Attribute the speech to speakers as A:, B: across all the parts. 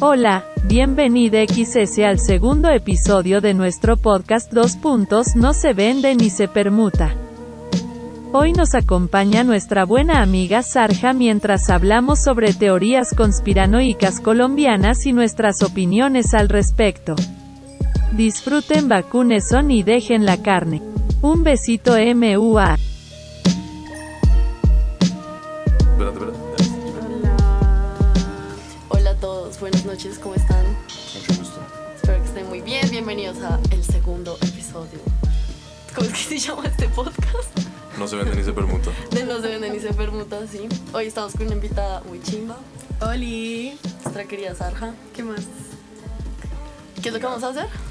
A: Hola, bienvenida XS al segundo episodio de nuestro podcast Dos puntos no se vende ni se permuta. Hoy nos acompaña nuestra buena amiga Sarja mientras hablamos sobre teorías conspiranoicas colombianas y nuestras opiniones al respecto. Disfruten vacuneson y dejen la carne. Un besito MUA.
B: Espérate, espérate.
C: Hola. Hola a todos, buenas noches, ¿cómo están?
B: Mucho gusto.
C: Espero que estén muy bien, bienvenidos a el segundo episodio. ¿Cómo es que se llama este podcast?
B: No se vende ni se permuta.
C: De No se venden ni se permuta, sí. Hoy estamos con una invitada muy chimba,
D: Oli,
C: nuestra querida Sarja.
D: ¿qué más?
C: ¿Qué es lo que vamos a hacer?
B: Nada,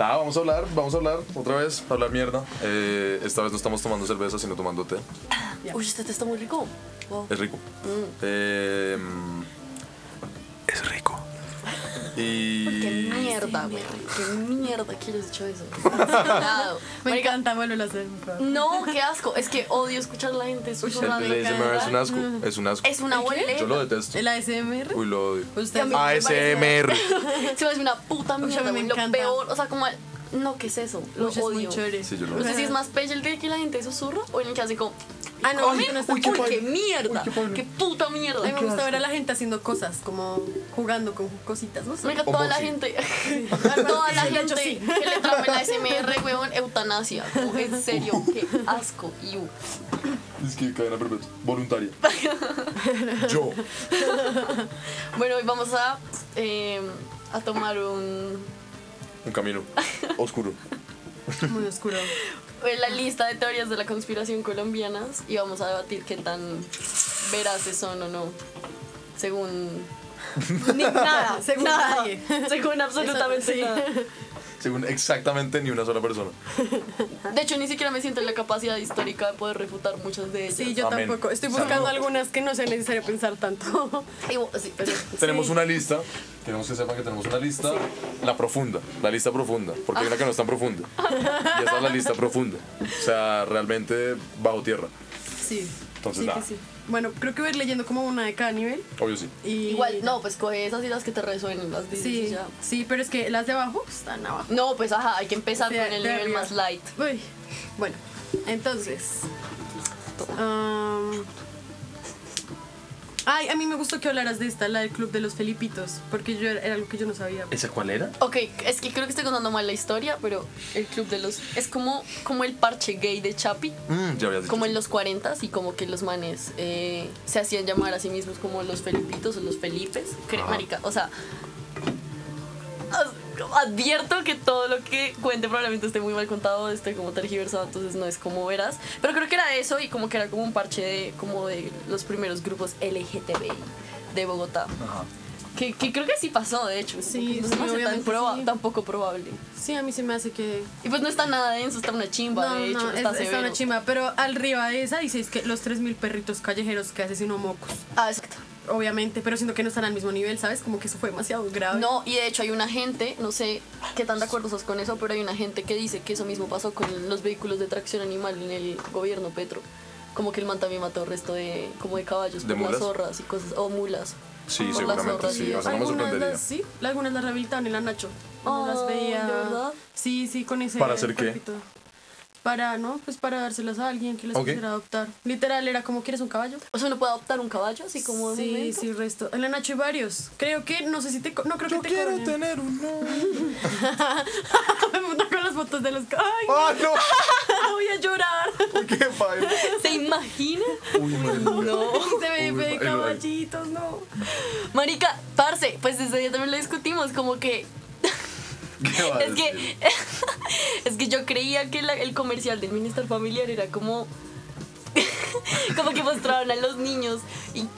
B: Ah, vamos a hablar, vamos a hablar otra vez, a hablar mierda. Eh, esta vez no estamos tomando cerveza, sino tomando té.
D: Ya.
C: Uy, este té está muy rico. Wow.
B: Es rico. Eh, mm, es rico.
C: Qué
B: Y.
C: mierda, güey. Qué mierda que yo he hecho eso. Claro.
D: Me
C: Marica,
D: encanta, vuelvo a hacer un favor.
C: No, qué asco. Es que odio escuchar a la gente susurrando.
B: El ASMR es un asco. Es un asco.
C: Es una huele.
B: Yo lo detesto.
D: ¿El ASMR?
B: Uy, lo odio.
D: Usted
C: mí me parece-
B: ASMR.
C: Se me hace una puta
D: a mí
C: mierda,
D: me
C: güey, lo
D: encanta.
C: peor, o sea, como, no, ¿qué es eso? Lo
D: Uy, es muy
C: odio.
D: chévere.
B: Sí, yo lo
C: No
B: odio.
C: sé si es más bello el día que la gente susurra o el que hace como,
D: Ah, no,
C: "Come".
D: yo no está
C: uy,
D: cool.
C: qué mierda, qué puta mierda.
D: A mí me gusta ver
C: Me
D: a la gente haciendo cosas, como jugando con cositas, no sé.
C: encanta toda la
B: Unboxing.
C: gente, toda la
D: Sí, Ah, de hecho,
C: gente
D: sí.
C: que le trama la SMR, weón, eutanasia, como, en serio, qué asco, iu.
B: Es que cadena perpetua. Voluntaria. Yo.
C: Bueno, hoy vamos a, eh, a tomar un,
B: Un camino oscuro.
D: Muy oscuro.
C: la lista de teorías de la conspiración colombianas y vamos a debatir qué tan veraces son o no. Según. Ni nada,
D: Según
C: nada,
D: nadie.
C: Según absolutamente
D: Eso,
B: Según exactamente ni una sola persona.
C: nada. De hecho, ni siquiera me siento en la capacidad histórica de poder refutar muchas de ellas.
D: Sí, yo
B: Amén.
D: tampoco. Estoy buscando
B: Salud.
D: algunas que no sea necesario pensar tanto.
C: Y bo- sí, pero-
B: Tenemos una lista, tenemos que sepan que tenemos una lista, la profunda, la lista profunda, porque hay una que no es tan profunda. Y esa es la lista profunda, o sea, realmente bajo tierra.
D: Sí.
B: Entonces,
D: sí,
B: nada.
D: que sí. Bueno, creo que voy a ir leyendo como una de cada nivel.
B: Obvio sí.
D: Y
C: Igual, no, pues coge esas y las que te resuenen, las dices y
D: Sí,
C: ya.
D: sí, pero es que las de abajo están abajo.
C: No, pues ajá, hay que empezar
D: De-
C: con el
D: de
C: nivel
D: arriba.
C: más light.
D: Uy, bueno, entonces. am, ay, a mí me gustó que hablaras de esta, la del Club de los Felipitos, porque yo era, era algo que yo no sabía.
E: ¿Esa cuál era?
C: Ok, es que creo que estoy contando mal la historia, pero el club de los. Es como, como el parche gay de Chapi.
B: Mm, ya habías dicho.
C: como en los 40 y como que los manes eh, se hacían llamar a sí mismos como los Felipitos o los Felipes. Cre- Marica, o sea, as- advierto que todo lo que cuente probablemente esté muy mal contado, esté como tergiversado, entonces no es como verás. Pero creo que era eso y como que era como un parche de, como de los primeros grupos LGTBI de Bogotá. Que, que creo que sí pasó, de hecho.
D: Sí,
C: como que no se
D: sí,
C: me hace tan,
D: obviamente
C: proba-
D: sí.
C: tan poco probable.
D: Sí, a mí se me hace que.
C: Y pues no está nada denso, está una chimba,
D: No,
C: de hecho.
D: no,
C: está
D: es, está
C: severo.
D: una chimba, pero arriba de esa dices que los 3.000 perritos callejeros que asesinó mocos.
C: Ah, exacto.
D: Obviamente, pero siento que no están al mismo nivel, ¿sabes? Como que eso fue demasiado grave.
C: No, y de hecho hay una gente, no sé qué tan de acuerdo estás con eso, pero hay una gente que dice que eso mismo pasó con los vehículos de tracción animal en el gobierno Petro. Como que el man también mató al resto de, como de caballos
B: ¿De
C: por las
B: mulas?
C: zorras y cosas, o mulas.
B: Sí,
C: por las
B: seguramente,
C: zorras.
B: sí. O sea, no me
D: Algunas
B: sorprendería.
D: las- sí, algunas las rehabilitaban en la Nacho. No
C: Ay,
D: las veía.
C: Ah, ¿de verdad?
D: Sí, sí, con ese.
B: ¿Para hacer qué?
D: cuerpito. Para, ¿no? Pues para dárselas a alguien que las
B: Ok.
D: quisiera adoptar. Literal, era como, ¿quieres un caballo?
C: O sea, uno puede adoptar un caballo así como de
D: sí,
C: momento?
D: sí, resto. En la Nacho hay varios. Creo que, no sé si te. co- No creo
B: Yo
D: que te.
B: quiero
D: cobren.
B: tener uno.
D: Me monta con las fotos de los. ca- ¡Ay!
B: ¡Ah, no!
D: Voy a llorar.
B: ¡Qué padre!
C: ¿Se imagina?
B: Uy, madre.
C: No.
D: Se me
B: Uy,
D: ve
B: va-
D: caballitos, no.
C: Marica, parce, pues desde ya también lo discutimos, como que
B: ¿Qué va a
C: Es que,
B: decir?
C: es que yo creía que la- el comercial del Ministerio Familiar era como. como que mostraban a los niños y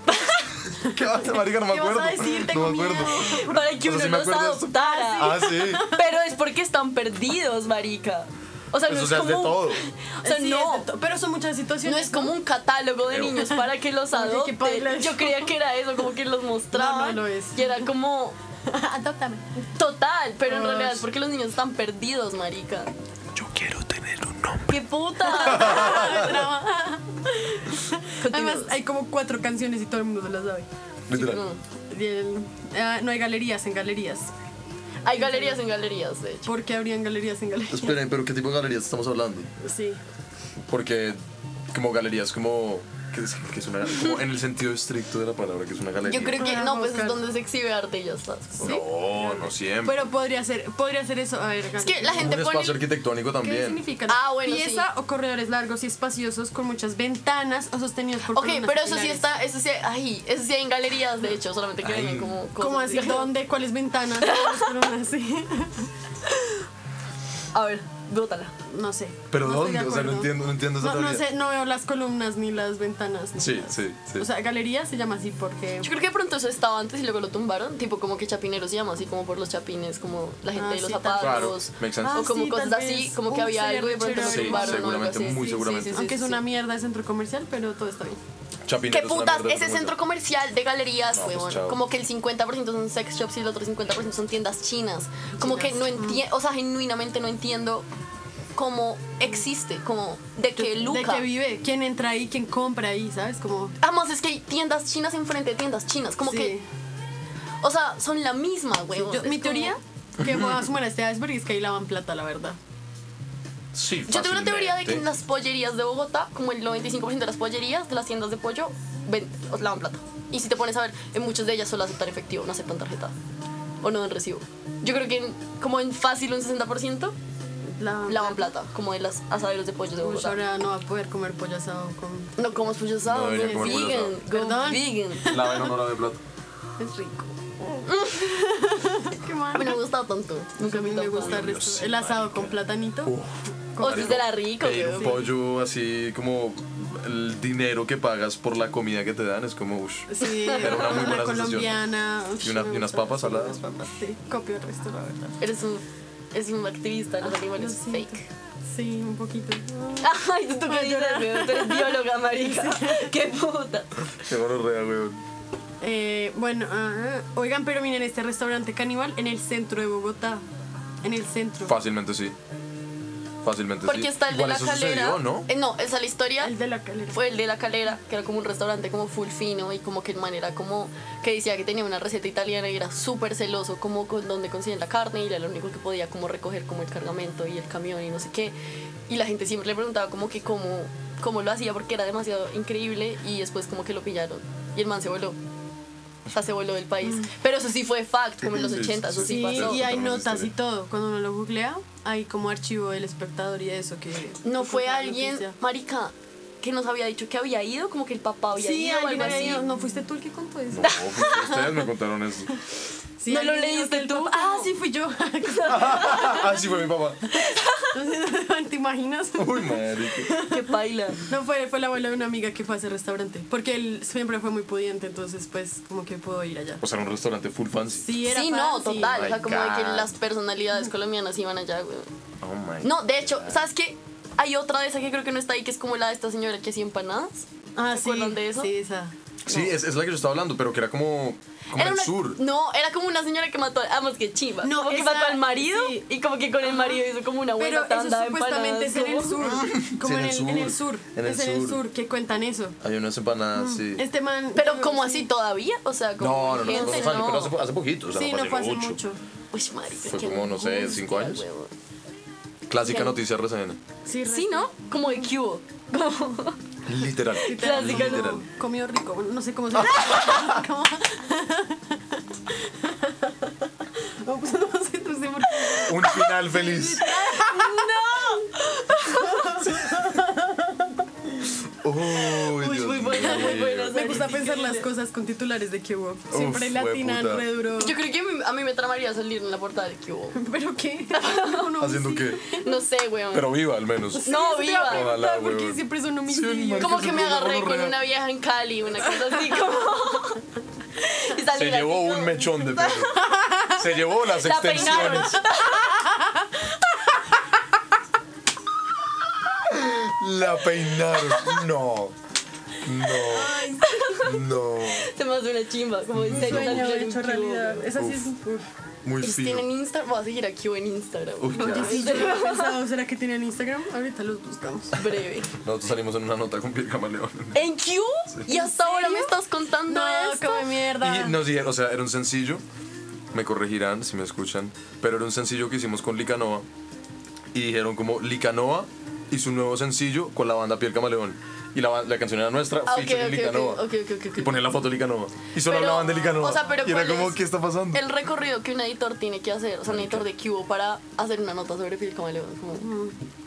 B: ¿Qué va a hacer, marica? No me
D: ¿Qué vas a
B: acuerdo.
D: decir? Tengo
B: No me acuerdo.
D: miedo.
C: para que
B: O sea,
C: uno
B: sí me
C: los
B: acuerdo de esto.
C: adoptara.
B: Ah, sí.
C: Pero es porque están perdidos, marica. O sea,
B: Pues, o
C: no es
B: sea, es de
C: como.
B: todo.
C: O sea,
D: Sí, es
C: no.
D: de to- Pero son muchas situaciones.
C: No es como un catálogo de
B: Pero-
C: niños para que los
D: Oye, qué
C: adopten.
D: padre
C: Yo
D: eso.
C: creía que era eso, como que los mostraban.
D: No, no lo es.
C: Y era como
D: Adóptame.
C: total, pero en
D: Ay.
C: realidad es porque los niños están perdidos, marica.
E: Yo quiero tener un nombre.
C: ¡Qué puta! Continúa.
D: Además, hay como cuatro canciones y todo el mundo las sabe.
B: Literal.
C: No.
D: el- ah, no hay galerías en galerías.
C: Hay galerías en galerías, de hecho.
D: ¿Por qué habrían galerías en galerías?
B: Esperen, pero ¿qué tipo de galerías estamos hablando?
C: Sí.
B: Porque como galerías, como... Que es, que es una, como en el sentido estricto de la palabra, que es una galería.
C: Yo creo que
D: Ah,
C: no, pues es
D: Oscar.
C: donde se exhibe arte y ya está.
B: No, no siempre.
D: Pero podría ser, podría ser eso. A ver,
C: Es que la gente
B: un
C: pone.
B: espacio arquitectónico
D: ¿Qué
B: también.
D: significa?
C: Ah, bueno, sí.
D: Pieza o corredores largos y espaciosos con muchas ventanas o sostenidos por
C: Ok,
D: columnas
C: pero eso sí
D: pilares.
C: está, eso sí, ay, eso sí hay en galerías, de hecho, solamente que venden como cosas.
D: ¿Cómo así? ¿Dónde? ¿Cuáles ventanas? ¿Cuáles columnas? Sí.
C: A ver, bótala.
D: No sé.
B: ¿Pero
D: no estoy de
B: dónde? O sea, no
D: acuerdo.
B: entiendo, no entiendo esa
D: No, no
B: teoría.
D: sé, no veo las columnas ni las ventanas. ni
B: Sí,
D: las-
B: sí, sí.
D: O sea, galería se llama así porque.
C: Yo creo que de pronto eso estaba antes y luego lo tumbaron, tipo como que chapineros se llama, así como por los chapines, como la gente
D: Ah,
C: de los
D: sí, tal
C: zapatos.
B: vez. Claro, makes sense.
C: O
B: Ah,
C: como
D: sí,
C: cosas
D: tal
C: así,
D: vez.
C: como que
D: Uy,
C: había
D: sería
C: algo y de pronto lo
D: rechévere.
C: tumbaron.
B: Sí,
C: o algo
B: seguramente,
C: así.
B: muy
C: Sí,
B: seguramente.
C: sí, sí, sí,
D: Aunque es
C: sí.
D: una mierda de centro comercial, pero todo está bien.
B: Chapineros
C: ¿Qué
B: es una
C: putas?
B: mierda,
C: Ese
B: como
C: centro
B: yo.
C: comercial de galerías,
B: No, pues,
C: huevón.
B: chao.
C: como que el 50% son sex shops y el otro 50% son tiendas chinas. Como que no entiendo, o sea, genuinamente no entiendo cómo existe, como de qué
D: ¿De
C: luca.
D: qué vive? ¿Quién entra ahí? ¿Quién compra ahí? ¿Sabes? Como.
C: Además es que hay tiendas chinas enfrente de tiendas chinas, como
D: Sí.
C: que, o sea, son la misma, huevón.
D: Yo-
C: Es
D: mi
C: como-
D: teoría que voy a sumar a este iceberg es que ahí lavan plata, la verdad.
B: Sí,
C: Yo tengo una teoría de que
B: fácilmente.
C: en las pollerías de Bogotá, como el 95% de las pollerías de las tiendas de pollo, ven, os lavan plata. Y si te pones a ver, en muchas de ellas solo aceptan efectivo, no aceptan tarjeta. O no dan recibo. Yo creo que en- como en fácil un 60%
D: Lavan,
C: lavan plata, como de las asaderos de pollo de
D: Uy,
C: Bogotá.
D: ahora no va a poder comer pollo asado con.
C: No comas pollo
B: No
C: asado,
B: debería
C: no,
B: comer pollo
C: vegan,
B: asado.
C: go
D: Perdón.
C: vegan.
B: La ven o no la ve plata.
D: Es rico. Qué
C: A mí no
D: mal.
C: me gusta tanto.
D: Nunca
C: Nunca
D: a mí me gusta el
B: Dios,
D: resto.
B: sí,
D: El asado con
B: marica.
D: platanito.
B: Uh.
C: O Pues es de la rica,
B: Pedir
C: weón.
B: un pollo así como el dinero que pagas por la comida que te dan es como ush.
D: Sí,
B: Era una muy buena
D: una
B: sensación.
D: colombiana. uy,
B: Y una-
D: me
B: y unas
D: gusta,
B: papas
D: sí,
B: saladas.
D: unas papas, sí. Copio el resto, la verdad.
C: Eres un, eres un activista de los
D: Ah, Lo
C: animales
D: siento.
C: fake.
D: Sí, un poquito.
C: Ay, tú
D: Voy a
C: qué dices,
D: llorar.
C: weón? tú eres bióloga, marica. Qué puta.
B: Qué gonorrea, weón.
D: Eh, bueno, ah, oigan, pero miren este restaurante caníbal en el centro de Bogotá. En el centro.
B: Fácilmente sí. Fácilmente sí.
C: Porque está el de
B: Igual
C: la
B: eso
C: calera.
B: sucedió, ¿no?
C: Eh, no, esa la historia.
D: El de la calera.
C: Fue el de la calera, que era como un restaurante como full fino y como que el man era como que decía que tenía una receta italiana y era súper celoso como con dónde consiguen la carne y era lo único que podía como recoger como el cargamento y el camión y no sé qué. Y la gente siempre le preguntaba como que cómo, cómo lo hacía porque era demasiado increíble y después como que lo pillaron y el man se voló. O sea, se voló del país. Pero eso sí fue fact, como en los
B: Sí,
C: 80, eso sí,
D: Mm. Sí,
C: pasó.
D: y hay
B: Otra
D: notas
B: historia.
D: y todo. Cuando uno lo googlea, hay como archivo del espectador y eso que.
C: No fue
D: la
C: alguien,
D: noticia.
C: marica, que nos había dicho que había ido, como que el papá había
D: Sí,
C: ido o
D: alguien
C: algo
D: había
C: así.
D: ido. ¿No fuiste tú el que contó eso?
B: No, ustedes me contaron eso.
D: Sí,
C: ¿No lo
D: alguien dijo
C: leíste
D: que el
C: tú?
D: papá- Ah, sí, fui yo.
B: Ah, sí fue mi papá.
D: Entonces, ¿te imaginas?
B: Uy, marica.
C: Que baila.
D: No, fue, fue la abuela de una amiga que fue a ese restaurante. Porque él siempre fue muy pudiente, entonces, pues, como que puedo ir allá.
B: O sea, era un restaurante full fancy.
D: Sí, era
C: Sí, no,
D: fancy.
C: total. O sea,
B: My
C: como de que
B: God.
C: las personalidades colombianas iban allá, güey.
B: Oh my.
C: No, de hecho, ¿sabes qué? Hay otra de esa que creo que no está ahí, que es como la de esta señora que hacía empanadas.
D: Ah,
C: ¿Se
D: sí.
C: acuerdan de eso?
D: Sí, esa.
B: Sí, es, es la que yo estaba hablando, pero que era como, como
C: era
B: el
C: una,
B: sur.
C: No, era como una señora que mató, ah, más que chimba.
D: No,
C: como que
D: esa-
C: mató al marido
D: sí.
C: y como que con el marido hizo como una buena
D: Pero eso
C: tanda de
D: supuestamente
C: empanadas.
D: es en el sur. Como
B: en
D: en,
B: el
D: el, en el sur.
B: en el
D: es en el
B: sur.
D: sur que cuentan eso.
B: Hay unas empanadas, sí.
D: Este man.
C: Pero como
D: sí.
C: así todavía, o sea, como
B: No, no, no, hace
C: gente,
B: unos años, pero hace, hace poquito, o sea,
D: Sí, no fue hace
B: mucho.
D: mucho.
C: Uy, Pues, marica,
B: Fue
C: qué
B: como, no sé,
C: angustia,
B: cinco años.
C: huevón.
B: Clásica noticia reseña.
D: Sí, re-
C: Sí, ¿no? Como de cubo. Como-
B: Literal.
D: literal,
C: Clásica,
D: como
B: literal.
D: Comido rico. Bueno, no sé cómo se llama. ¿Cómo? No, pues, no sé, no sé por qué.
B: Un final feliz. ¡No! Uy,
C: Uy,
B: Dios
C: muy buena,
B: mío.
C: muy buena.
D: Me gusta pensar las cosas con titulares de que hubo. Siempre
B: Uf,
D: latina,
B: hueputa.
D: re duro.
C: Yo creo que a mí, a mí me tramaría salir en la portada de cubo.
D: ¿Pero qué? Uno
B: ¿Haciendo
D: sí.
B: qué?
C: No sé, weón.
B: Pero viva, al menos.
C: no,
D: Te iba a
B: Ojalá,
C: viva.
D: preguntar,
B: weón.
D: porque siempre son
B: Sí, un
D: homicidios.
B: man-
C: Como que me
B: Porque
C: agarré
B: somos
C: con
B: gonorrea.
C: una vieja en Cali, una cosa así como. Y salí
B: Se
C: así
B: llevó
C: como-
B: un mechón de pelo. Se llevó las
C: La peinaron.
B: extensiones. La peinaron. No. No. No.
C: Se me hace una chimba. Como en serio.
F: Sueño
C: tan
F: hecho realidad. Esa sí es un. Uf.
B: Muy fino.
C: Tienen Instagram. Voy a seguir aquí en Instagram.
B: Uy, qué asco.
D: Sí, yo lo he pensado, ¿será que tienen Instagram? Ahorita los buscamos.
C: Breve.
B: Nosotros salimos en una nota con Piel Camaleón.
C: ¿En Q? ¿Y hasta ahora me estás contando
D: No,
C: esto?
D: come mierda.
B: Y nos dijeron, o sea, era un sencillo, me corregirán si me escuchan, pero era un sencillo que hicimos con Licanoa. Y dijeron como Licanoa hizo un nuevo sencillo con la banda Piel Camaleón. Y la, ba- la canción era nuestra,
C: Ah, ok,
B: featuring
C: ok, ok,
B: Licanoa.
C: ok, ok, ok, ok.
B: Y ponían la foto de Licanoa. Y solo
C: Pero,
B: hablaban de Licanoa.
C: o sea, pero
B: y era
C: ¿cuál
B: como,
C: es?
B: ¿qué está pasando?
C: El recorrido que un editor tiene que hacer, o sea, un editor de Cubo para hacer una nota sobre Phil Camaleón. Como,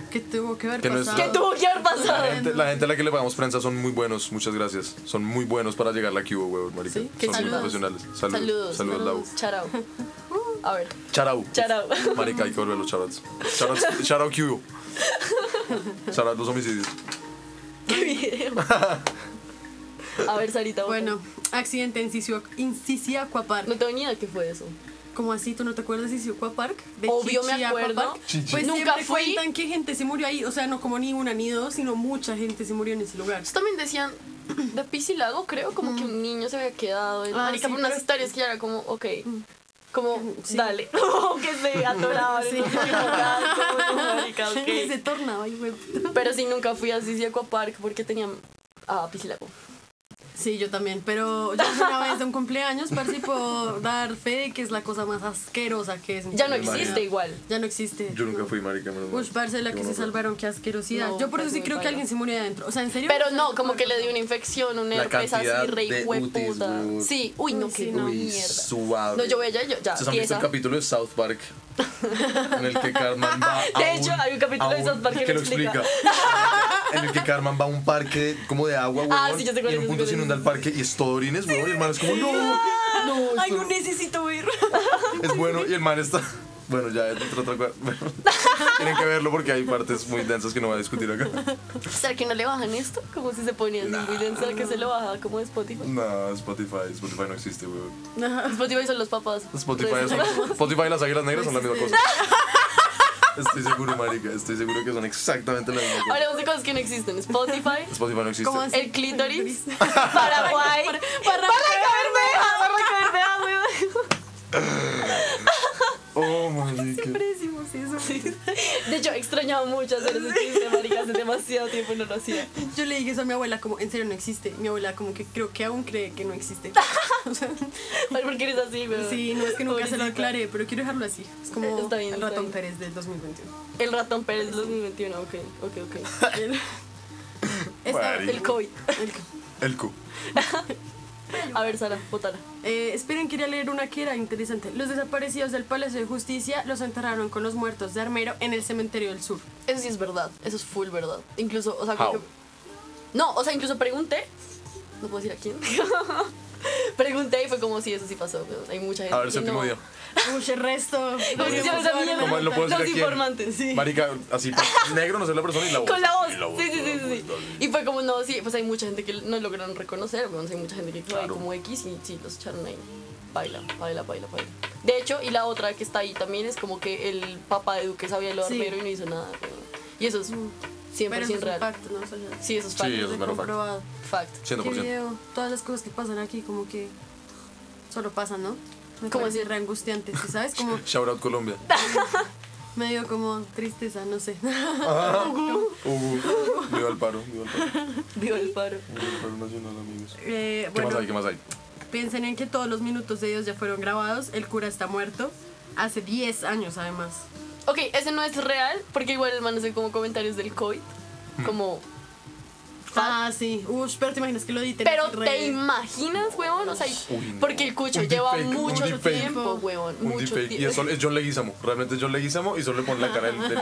D: ¿Qué tuvo que ver
B: Que no es-
D: pasado?
C: ¿Qué tuvo que haber pasado?
B: La gente, la gente a la que le pagamos prensa son muy buenos, muchas gracias. Son muy buenos para llegar a la Cubo, huevón, marica.
C: Sí,
B: son
C: qué
B: muy
C: saludos.
B: profesionales. Saludos.
C: Saludos.
B: Saludos, Lau.
C: Charao. A ver.
B: Charau.
C: Charao.
B: Marica, hay que volver los charats. Charats- Charao Cubo. Charao los homicidios.
C: Qué video. A ver, Sarita. vos.
D: Bueno, accidente en Sisio- en Sisiacua
C: No
D: Park.
C: tengo ni idea qué fue eso.
D: ¿Cómo así? ¿Tú no te acuerdas de Sisiacua Park? De
C: Obvio me
D: Chichiacua
C: acuerdo. Chichi.
D: Pues
C: Nunca
D: siempre
C: fui.
D: cuentan que gente se murió ahí. O sea, no como ni una ni dos, sino mucha gente se murió en ese lugar.
C: Entonces también decían de Pisilago, creo, como que un niño se había quedado. En,
D: Ah,
C: marica,
D: sí,
C: por unas
D: pero-
C: historias que Mm. ya era como, ok. Como, dale, que se atoraba en el equivocado, como, no, marica, ok.
D: Que se tornaba ahí, güey.
C: Pero sí, nunca fui a Sisi Aquapark porque tenía a Pisilago.
D: Sí, yo también, pero yo fui una vez de un cumpleaños, parce, y puedo dar fe de que es la cosa más asquerosa que es.
C: Ya no
B: imagino.
C: existe igual.
D: Ya no existe.
B: Yo nunca fui, marica, menos mal.
D: Uy, parce, la
B: Qué
D: que
B: bueno,
D: se
B: pero-
D: salvaron, qué asquerosidad.
C: No,
D: yo por eso
C: parce,
D: sí
C: me
D: creo que
C: baila.
D: alguien se murió de adentro. O sea, en serio.
C: Pero no, como que le dio una infección, un
B: La
C: herpes así,
B: cantidad
C: re
B: de utis,
C: hueputa.
B: huevón.
C: Sí, uy, no,
D: Uy,
C: qué
D: sí, no.
B: Uy,
C: mierda.
B: suave.
C: No, yo voy allá y yo, ya,
B: ¿Ustedes han visto
C: pieza.
B: el capítulo de South Park? En el que Cartman va a
C: De
B: un-
C: hecho, hay un capítulo
B: a
C: de South Park que
B: que
C: lo
B: lo
C: explica.
B: explica. en el que Cartman va a un parque como de agua,
C: Ah,
B: huevón,
C: sí, ya sé cuál
B: y en un
C: es,
B: punto
C: es
B: se
C: verdad.
B: inunda el parque y es todo orines, huevón, y el man es como, no, no,
D: Ay,
B: esto
D: no necesito ir.
B: es bueno, y el man está... Bueno, ya, entra otra cosa. Bueno, tienen que verlo porque hay partes muy densas que no voy a discutir acá.
C: ¿Será que no le bajan esto? Como si se ponía así muy denso, ¿será que se lo baja como de Spotify?
B: No, Spotify, Spotify no existe, huevón.
C: Spotify son los papás.
B: Spotify,
C: Entonces,
B: son- Spotify y las águilas negras son la
C: Pues
B: misma cosa. Estoy seguro, marica, estoy seguro que son exactamente la misma cosa.
C: Hablemos de cosas que no existen. Spotify,
B: Spotify no existe.
D: ¿Cómo así?
C: el clítoris, Paraguay, Barranca Bermeja, Barranca Bermeja, weón.
B: Oh, marica.
C: De hecho, extrañaba mucho hacer ese chiste, marica, hace demasiado tiempo no lo hacía.
D: Yo le dije eso a mi abuela, como, en serio no existe. Mi abuela, como que creo que aún cree que no existe. O sea,
C: Ay, ¿Por qué eres así, weón?
D: sí, no es que nunca se lo
C: Pobrecita. Eh,
D: aclaré, pero quiero dejarlo así. Es como
C: Está bien,
D: el
C: está
D: ratón
C: bien.
D: Pérez del 2021.
C: El ratón Pérez 2021, ok, ok, ok.
D: El- Esta-
B: Marica.
C: El COVID.
D: el-
B: El Q.
C: A ver, Sara, votala.
D: Eh, esperen, quería leer una que era interesante. Los desaparecidos del Palacio de Justicia los enterraron con los muertos de Armero en el Cementerio del Sur.
C: Eso sí es verdad, eso es full verdad. Incluso, o sea, como
B: How?
C: que- No, o sea, incluso pregunté. No puedo decir a quién. pregunté y fue como, sí, eso sí pasó. pero Hay mucha gente.
B: A ver,
C: que
B: séptimo
C: no. Pues
B: día.
D: Uy, el resto.
C: ¿Cómo se llama esa mierda?
B: ¿Cómo lo puedo decir
C: Los
B: a quién?
C: informantes, sí.
B: Marica, así, negro no sé la persona y la voz.
C: Con la voz.
B: Y la voz,
C: Sí, sí, sí,
B: la
C: sí.
B: voz,
C: Y fue como, no, sí, pues hay mucha gente que no lograron reconocer, weón, hay mucha gente que quedó ahí
B: Claro.
C: como X y sí, los echaron ahí. Baila, baila, baila, baila. De hecho, y la otra que está ahí también es como que el papá de Duque sabía lo
D: Sí. Mm.
C: armero y no hizo nada. weón. Y eso es 100%
D: Pero eso es un
C: real.
D: pacto, ¿no? O sea, ya-
C: Sí, eso es
B: Sí,
C: fact.
B: eso es mero fact.
D: comprobado.
C: fact.
B: la
D: Qué
B: voz. 100%.
D: video, todas las cosas que pasan aquí, como que solo pasan, ¿no? Me
C: Como
D: como
C: así.
D: así reangustiante, ¿sí ¿sabes? Como
B: Shout out Colombia.
D: medio como tristeza, no sé.
B: Uh, viva el paro, viva el paro.
C: Viva el paro.
B: Viva el paro nacional, amigos.
D: Eh,
B: ¿Qué más
D: bueno,
B: hay? ¿Qué más hay?
D: piensen en que todos los minutos de ellos ya fueron grabados, el cura está muerto, hace 10 años además.
C: Ok, ese no es real, porque igual el man hace como comentarios del COVID.
B: Mm.
C: Como.
D: Ah, sí. Ush, pero te imaginas que lo editen.
C: Pero
D: así,
C: te
D: re-
C: imaginas, huevón, o sea,
B: Uy, no.
C: porque el cucho
B: Un
C: lleva
B: deepfake, un
C: mucho
B: deepfake.
C: tiempo, huevón,
B: Un
C: mucho
B: deepfake. Y es,
C: tiempo.
B: solo- es John Leguizamo. Realmente es John Leguizamo y solo le pone la cara del. del-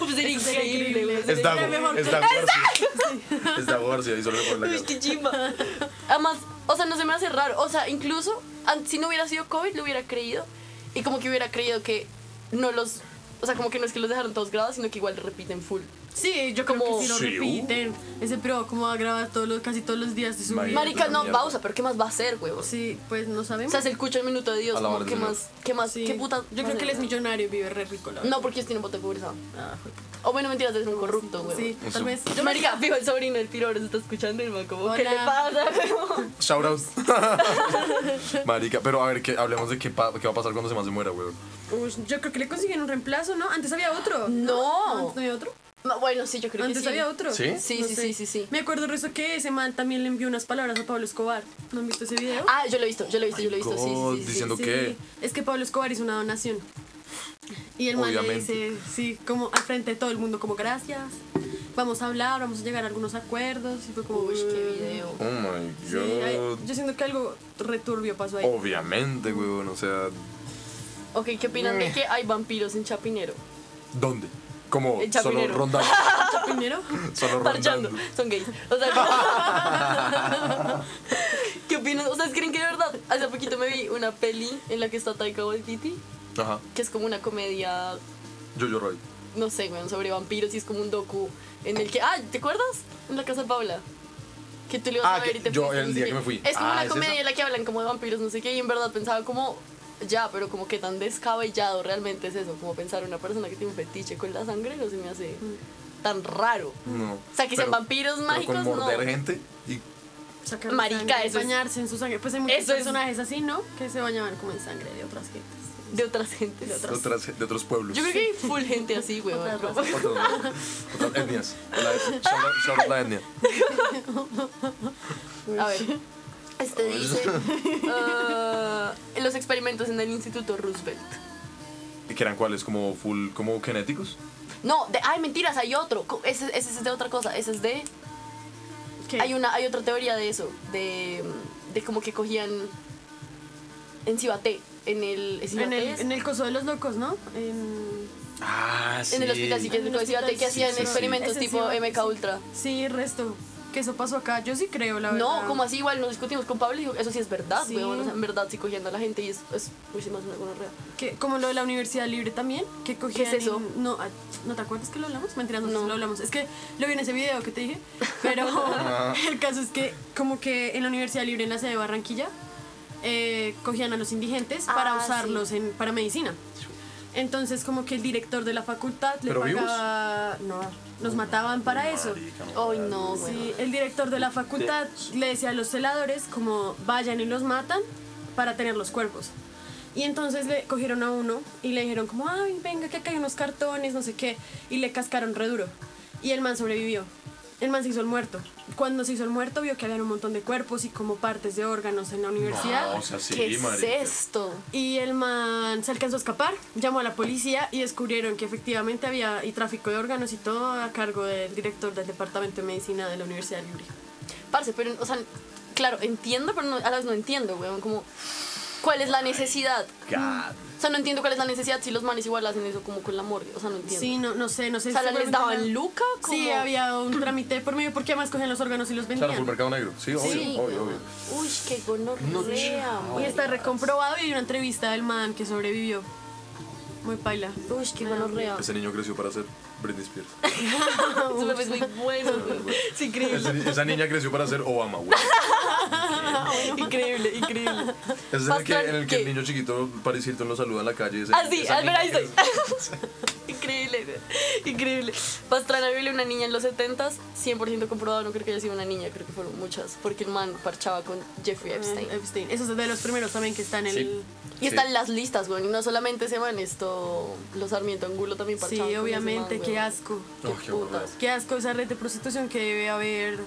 C: Uf, sería
D: sería
C: increíble,
D: increíble.
C: huevón.
B: Es Dago.
D: mejor
B: Es Dago García. Es Dago García y solo le pone la
C: Uy,
B: cara.
C: qué chimba. Además, o sea, no se me hace raro. O sea, incluso an- si no hubiera sido COVID, lo hubiera creído. Y como que hubiera creído que no los. O sea, como que no es que los dejaron todos grabados, sino que igual repiten full.
D: Sí, yo como
C: Como-
D: que si lo
B: Sí, uh.
D: repiten. Ese pro como va a grabar todos los, casi todos los días de su
B: Marica.
D: vida.
C: Marica, no,
B: Mierda.
C: pausa, pero ¿qué más va a hacer, huevos?
D: Sí, pues no
C: O
D: sabemos.
C: sea, se escucha el minuto de Dios,
B: A la
C: como,
B: hora
C: ¿qué
B: del
C: más? ¿Qué más?
D: Sí.
C: ¿Qué puta?
D: Yo creo que él es millonario y vive re rico, la
C: No, porque ellos tienen voto de pobreza.
D: verdad.
C: O bueno, mentiras, es un corrupto, huevos.
D: Sí,
B: Eso.
D: tal vez.
C: Yo, marica, fijo, el sobrino del tiro ahora se está escuchando y el man como, ¿qué
D: Hola.
C: le pasa, huevón?
B: Shout out. Marica, pero a ver, que hablemos de qué, pa- qué va a pasar cuando se más se muera, weón.
D: Uy, yo creo que le consiguen un reemplazo, ¿no? Antes había otro. Ah,
C: No.
D: ¿No había otro?
C: No, Bueno, sí, yo creo
D: Antes
C: que sí.
D: había otro.
B: ¿Sí?
C: Sí,
D: No
C: sí,
D: sé.
C: sí, sí, sí.
D: Me acuerdo rezo que ese man también le envió unas palabras a Pablo Escobar. ¿No han visto ese video?
C: Ah, yo lo he visto, yo lo he visto, yo lo he visto, sí,
B: God,
C: sí, sí, sí.
B: diciendo-
D: Sí,
B: ¿qué?
D: Es que Pablo Escobar hizo una donación. Y el man le
B: Obviamente.
D: dice, sí, como al frente de todo el mundo, como gracias. Vamos a hablar, vamos a llegar a algunos acuerdos. Y fue como,
C: Uy, qué
D: "Mm".
C: video.
B: Oh my
D: Sí, ahí-
B: god.
D: yo siento que algo returbio
B: Oh.
D: pasó ahí.
B: Obviamente, weón, o sea,
C: Ok, ¿qué opinan
D: Eh.
C: de que hay vampiros en Chapinero?
B: ¿dónde? Como
C: El
B: solo
C: chapinero.
B: rondando,
D: Primero,
B: solo
C: Parchando,
B: rondando.
C: son gays. O sea, ¿qué opinan? ¿Ustedes creen que de verdad? Hace poquito me vi una peli en la que está Taika Waititi,
B: Ajá,
C: que es como una comedia,
B: yo, yo, Roy.
C: no sé, weón, sobre vampiros y es como un docu en el que, ah, ¿te acuerdas? En la casa de Paula. Que tú le ibas
B: Ah,
C: a ver
B: que
C: y te
B: yo
C: fuiste,
B: el
C: no sé
B: día
C: qué.
B: que me fui.
C: Es como
B: Ah,
C: una
B: ¿es
C: comedia
B: esa?
C: en la que hablan como de vampiros, no sé qué, y en verdad pensaba como, ya, pero como que tan descabellado realmente es eso, como pensar una persona que tiene un fetiche con la sangre, no se me hace tan raro.
B: No.
C: O sea, que sean vampiros mágicos,
B: con morder
C: no.
B: gente y
D: sacar la
C: Marica,
D: sangre,
C: eso es-
D: bañarse en su sangre. Pues hay muchos
C: Eso es-
D: personajes así, ¿no? Que se bañaban como en sangre de otras gentes.
C: De otras gentes.
D: De otras-
B: de otras- de otros pueblos.
C: Yo creo que hay full gente así, güey.
D: Otras
C: como-
D: razas.
B: Otras otras etnias. La, shout out- shout out la etnia.
C: A ver. Este dice. ah, los experimentos en el Instituto Roosevelt.
B: ¿Y que eran cuáles? ¿Como full, como genéticos?
C: No, de, ay, mentiras, hay otro. Co- Ese, ese es de otra cosa. Ese es de.
D: ¿Qué?
C: Hay, una, hay otra teoría de eso. De, de como que cogían. En Cibaté. En el. ¿es
D: en,
C: Cibaté
D: el,
C: es?
D: en el coso de los locos, ¿no? En...
B: Ah, sí.
C: En el hospital psiquiátrico de
D: hospital,
C: Cibaté que
D: sí,
C: hacían
B: sí, sí.
C: experimentos
D: Ese
C: tipo
D: Cibaté,
C: MK Ultra.
D: Sí, resto. Que eso pasó acá. Yo sí creo, la verdad.
C: No, como así igual nos discutimos con Pablo y dijo, eso sí es verdad,
D: Sí.
C: weón, o sea, en verdad sí cogiendo a la gente y es, es uy, sí, más una gonorrea.
D: Que, como lo de la Universidad Libre también, que cogían...
C: ¿Qué es eso?
D: en- no, ah, ¿no te acuerdas que lo hablamos? Mentira, no,
C: No.
D: lo hablamos. Es que lo vi en ese video que te dije, pero
C: Ah.
D: el caso es que como que en la Universidad Libre, en la sede de Barranquilla, eh, cogían a los indigentes para
C: Ah, sí.
D: usarlos en, para medicina. Entonces como que el director de la facultad le
B: ¿Pero vivos?
D: pagaba... No, los mataban para eso.
C: Ay, no, güey.
D: Sí, el director de la facultad le decía a los celadores como vayan y los matan para tener los cuerpos. Y entonces le cogieron a uno y le dijeron como, ay, venga, que acá hay unos cartones, no sé qué. Y le cascaron re duro. Y el man sobrevivió. El man se hizo el muerto. Cuando se hizo el muerto vio que había un montón de cuerpos y como partes de órganos en la universidad.
B: No, o sea, sí,
C: ¿Qué es
B: marica.
C: esto?
D: Y el man se alcanzó a escapar, llamó a la policía y descubrieron que efectivamente había y tráfico de órganos y todo a cargo del director del Departamento de Medicina de la Universidad Libre.
C: Parce, pero, o sea, claro, entiendo, pero no- a la vez no entiendo, weón, como, ¿cuál es la necesidad? O sea, no entiendo cuál es la necesidad si los manes igual hacen eso como con la morgue, o sea, no entiendo.
D: Sí, no, no sé, no sé.
C: o sea, ¿les
D: seguramente
C: daban
D: era-
C: luca? Como...
D: Sí, había un trámite por medio, porque además cogían los órganos y los
B: Claro, full
D: vendían.
B: mercado negro. Sí, obvio,
C: Sí,
B: obvio,
C: weón.
B: obvio.
C: Uy, qué gonorrea,
B: No,
D: y
C: weón.
D: está recomprobado y hay una entrevista del man que sobrevivió. Muy paila.
C: Uy, qué gonorrea.
B: Ese niño creció para ser Britney Spears.
C: Eso me parece muy bueno, weón. Es increíble,
B: Ese ni- esa niña creció para ser Obama, güey.
C: increíble, increíble.
B: Ese es en el que, en el, que el
C: ¿Qué?
B: niño chiquito Paris Hilton lo saluda en la calle. Ese,
C: Así,
B: esa
C: Ah, al ver
B: niña
C: ahí estoy.
B: creció-
C: increíble, increíble. Pastrana vive una niña en los 70s, 100% comprobado, no creo que haya sido una niña, creo que fueron muchas, porque el man parchaba con Jeffrey Epstein.
D: Epstein. Eso es de los primeros también que están en
B: Sí.
D: el.
C: Y están las listas, güey, y no solamente ese man, esto, los Sarmiento Angulo también
D: Sí,
C: parchaban con ese
D: obviamente,
C: man,
D: qué
C: güey.
D: asco.
B: Oh, qué horror.
D: Qué asco esa red de prostitución que debe haber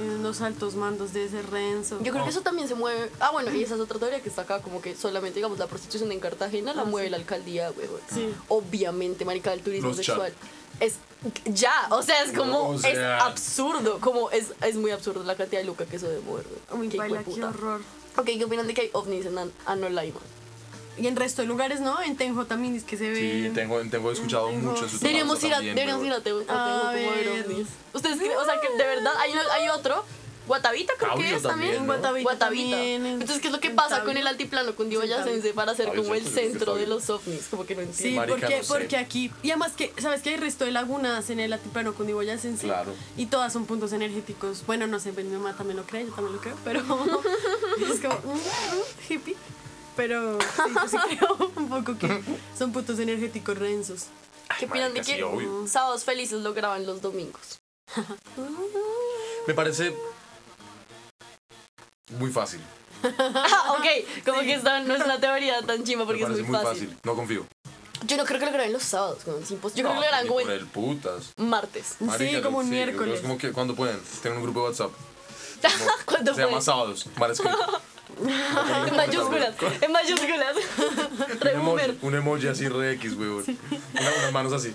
D: en los altos mandos de ese Renzo.
C: Yo creo
B: Oh.
C: que eso también se mueve. Ah, bueno, y esa es otra teoría que está acá, como que solamente, digamos, la prostitución en Cartagena
D: Ah,
C: la mueve la alcaldía, güey. güey. Obviamente, marica, el turismo
B: Los
C: sexual. Es ya, o sea, es como,
B: O sea.
C: es absurdo, como es, es muy absurdo la cantidad de lucas que eso debe mover, güey.
D: Uy,
C: Qué
D: paila, qué
C: hijueputa.
D: horror.
C: Ok, ¿qué opinan de que hay ovnis en An- Anolaima?
D: Y en resto de lugares, ¿no? En Tenjo también es que se
B: Sí,
D: ve.
B: tengo, tengo escuchado mucho en su
C: Mm, Deberíamos
B: trabajo
C: ir a,
B: también,
C: deberíamos
B: weón.
C: ir a Teo- a
D: A
C: Teo como a ver
D: ver.
C: ovnis. Ustedes creen, o sea, que de verdad hay, hay otro Guatavita creo que
B: Audio
C: es también.
B: también, ¿no?
D: Guatavita
C: Guatavita.
D: también, en-
C: Entonces, ¿qué es lo que
D: en
C: pasa
D: Tabio.
C: con el altiplano, con Diboyacense, para ser
B: Tabio,
C: como el
B: yo creo que es
C: centro de
B: Tabio.
C: los ovnis? Como que no
D: Sí,
C: entiendo.
B: Eh, Marica,
D: porque,
B: no sé.
D: porque aquí. Y además que, ¿sabes que Hay resto de lagunas en el altiplano cundiboyacense.
B: Claro.
D: Y todas son puntos energéticos. Bueno, no sé, pues, mi mamá también lo cree, yo también lo creo, pero es como mm, mm, hippie. Pero sí, yo sí creo un poco que son puntos energéticos rensos.
C: ¿Qué opinan de
B: marica, sí,
C: que
B: obvio.
C: Mm. Sábados Felices lo graban los domingos?
B: Me parece muy fácil.
C: Ah, ok, como que esta no es una teoría tan chima
B: Me
C: porque es
B: parece
C: muy
B: muy
C: fácil.
B: fácil. No confío.
C: Yo no creo que lo graben los sábados, con los impos- Yo creo
B: No,
C: que lo graban
B: ni
C: como
B: por
C: el
B: el putas.
C: martes.
B: Marica,
D: sí, como un
B: sí,
D: miércoles.
B: Es como que cuando pueden. Tienen un grupo de WhatsApp.
C: ¿Cuándo
B: Se
C: fue?
B: llama Sábados. Mal escrito.
C: En mayúsculas, en mayúsculas.
B: Un
C: Re boomer.
B: emoji, un emoji así re X, weón. Una- Unas manos así.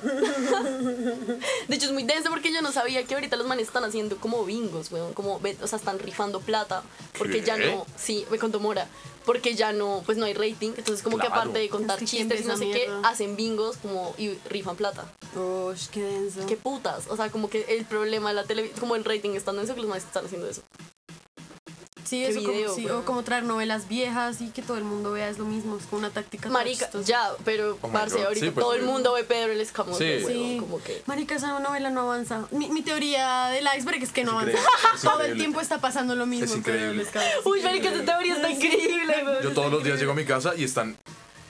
C: De hecho, es muy denso porque yo no sabía que ahorita los manes están haciendo como bingos, weón. Como, ve- o sea, están rifando plata. Porque
B: ¿Qué?
C: ya no, sí, me contó Mora. Porque ya no, pues no hay rating. Entonces, como que
B: Claro.
C: aparte de contar
D: Es que quién
C: chistes y
D: ve
C: no
D: esa
C: sé qué,
D: mierda.
C: hacen bingos como y rifan plata.
D: Ush, qué denso.
C: Qué putas. O sea, como que el problema de la televisión, como el rating está en eso, que los manes están haciendo eso.
D: sí,
C: qué
D: eso como-
C: video,
D: sí,
C: bro.
D: o como traer novelas viejas y que todo el mundo vea es lo mismo, es como una táctica. toda
C: Marica,
D: chistosa.
C: ya, pero
B: Oh my
C: parce,
B: God.
C: ahorita
B: Sí, pues,
C: todo el
B: sí.
C: mundo ve Pedro el Escamoso,
B: Sí.
C: weón,
D: Sí.
C: como que.
D: Marica, esa novela no avanza. Mi, mi teoría del iceberg es que no avanza.
B: increíble, es
D: Todo el
B: increíble.
D: tiempo está pasando lo mismo.
B: Es
D: pero
B: increíble.
D: les cabe.
C: Uy, marica, esta teoría está increíble, weón.
B: Yo todos los días llego a mi casa y están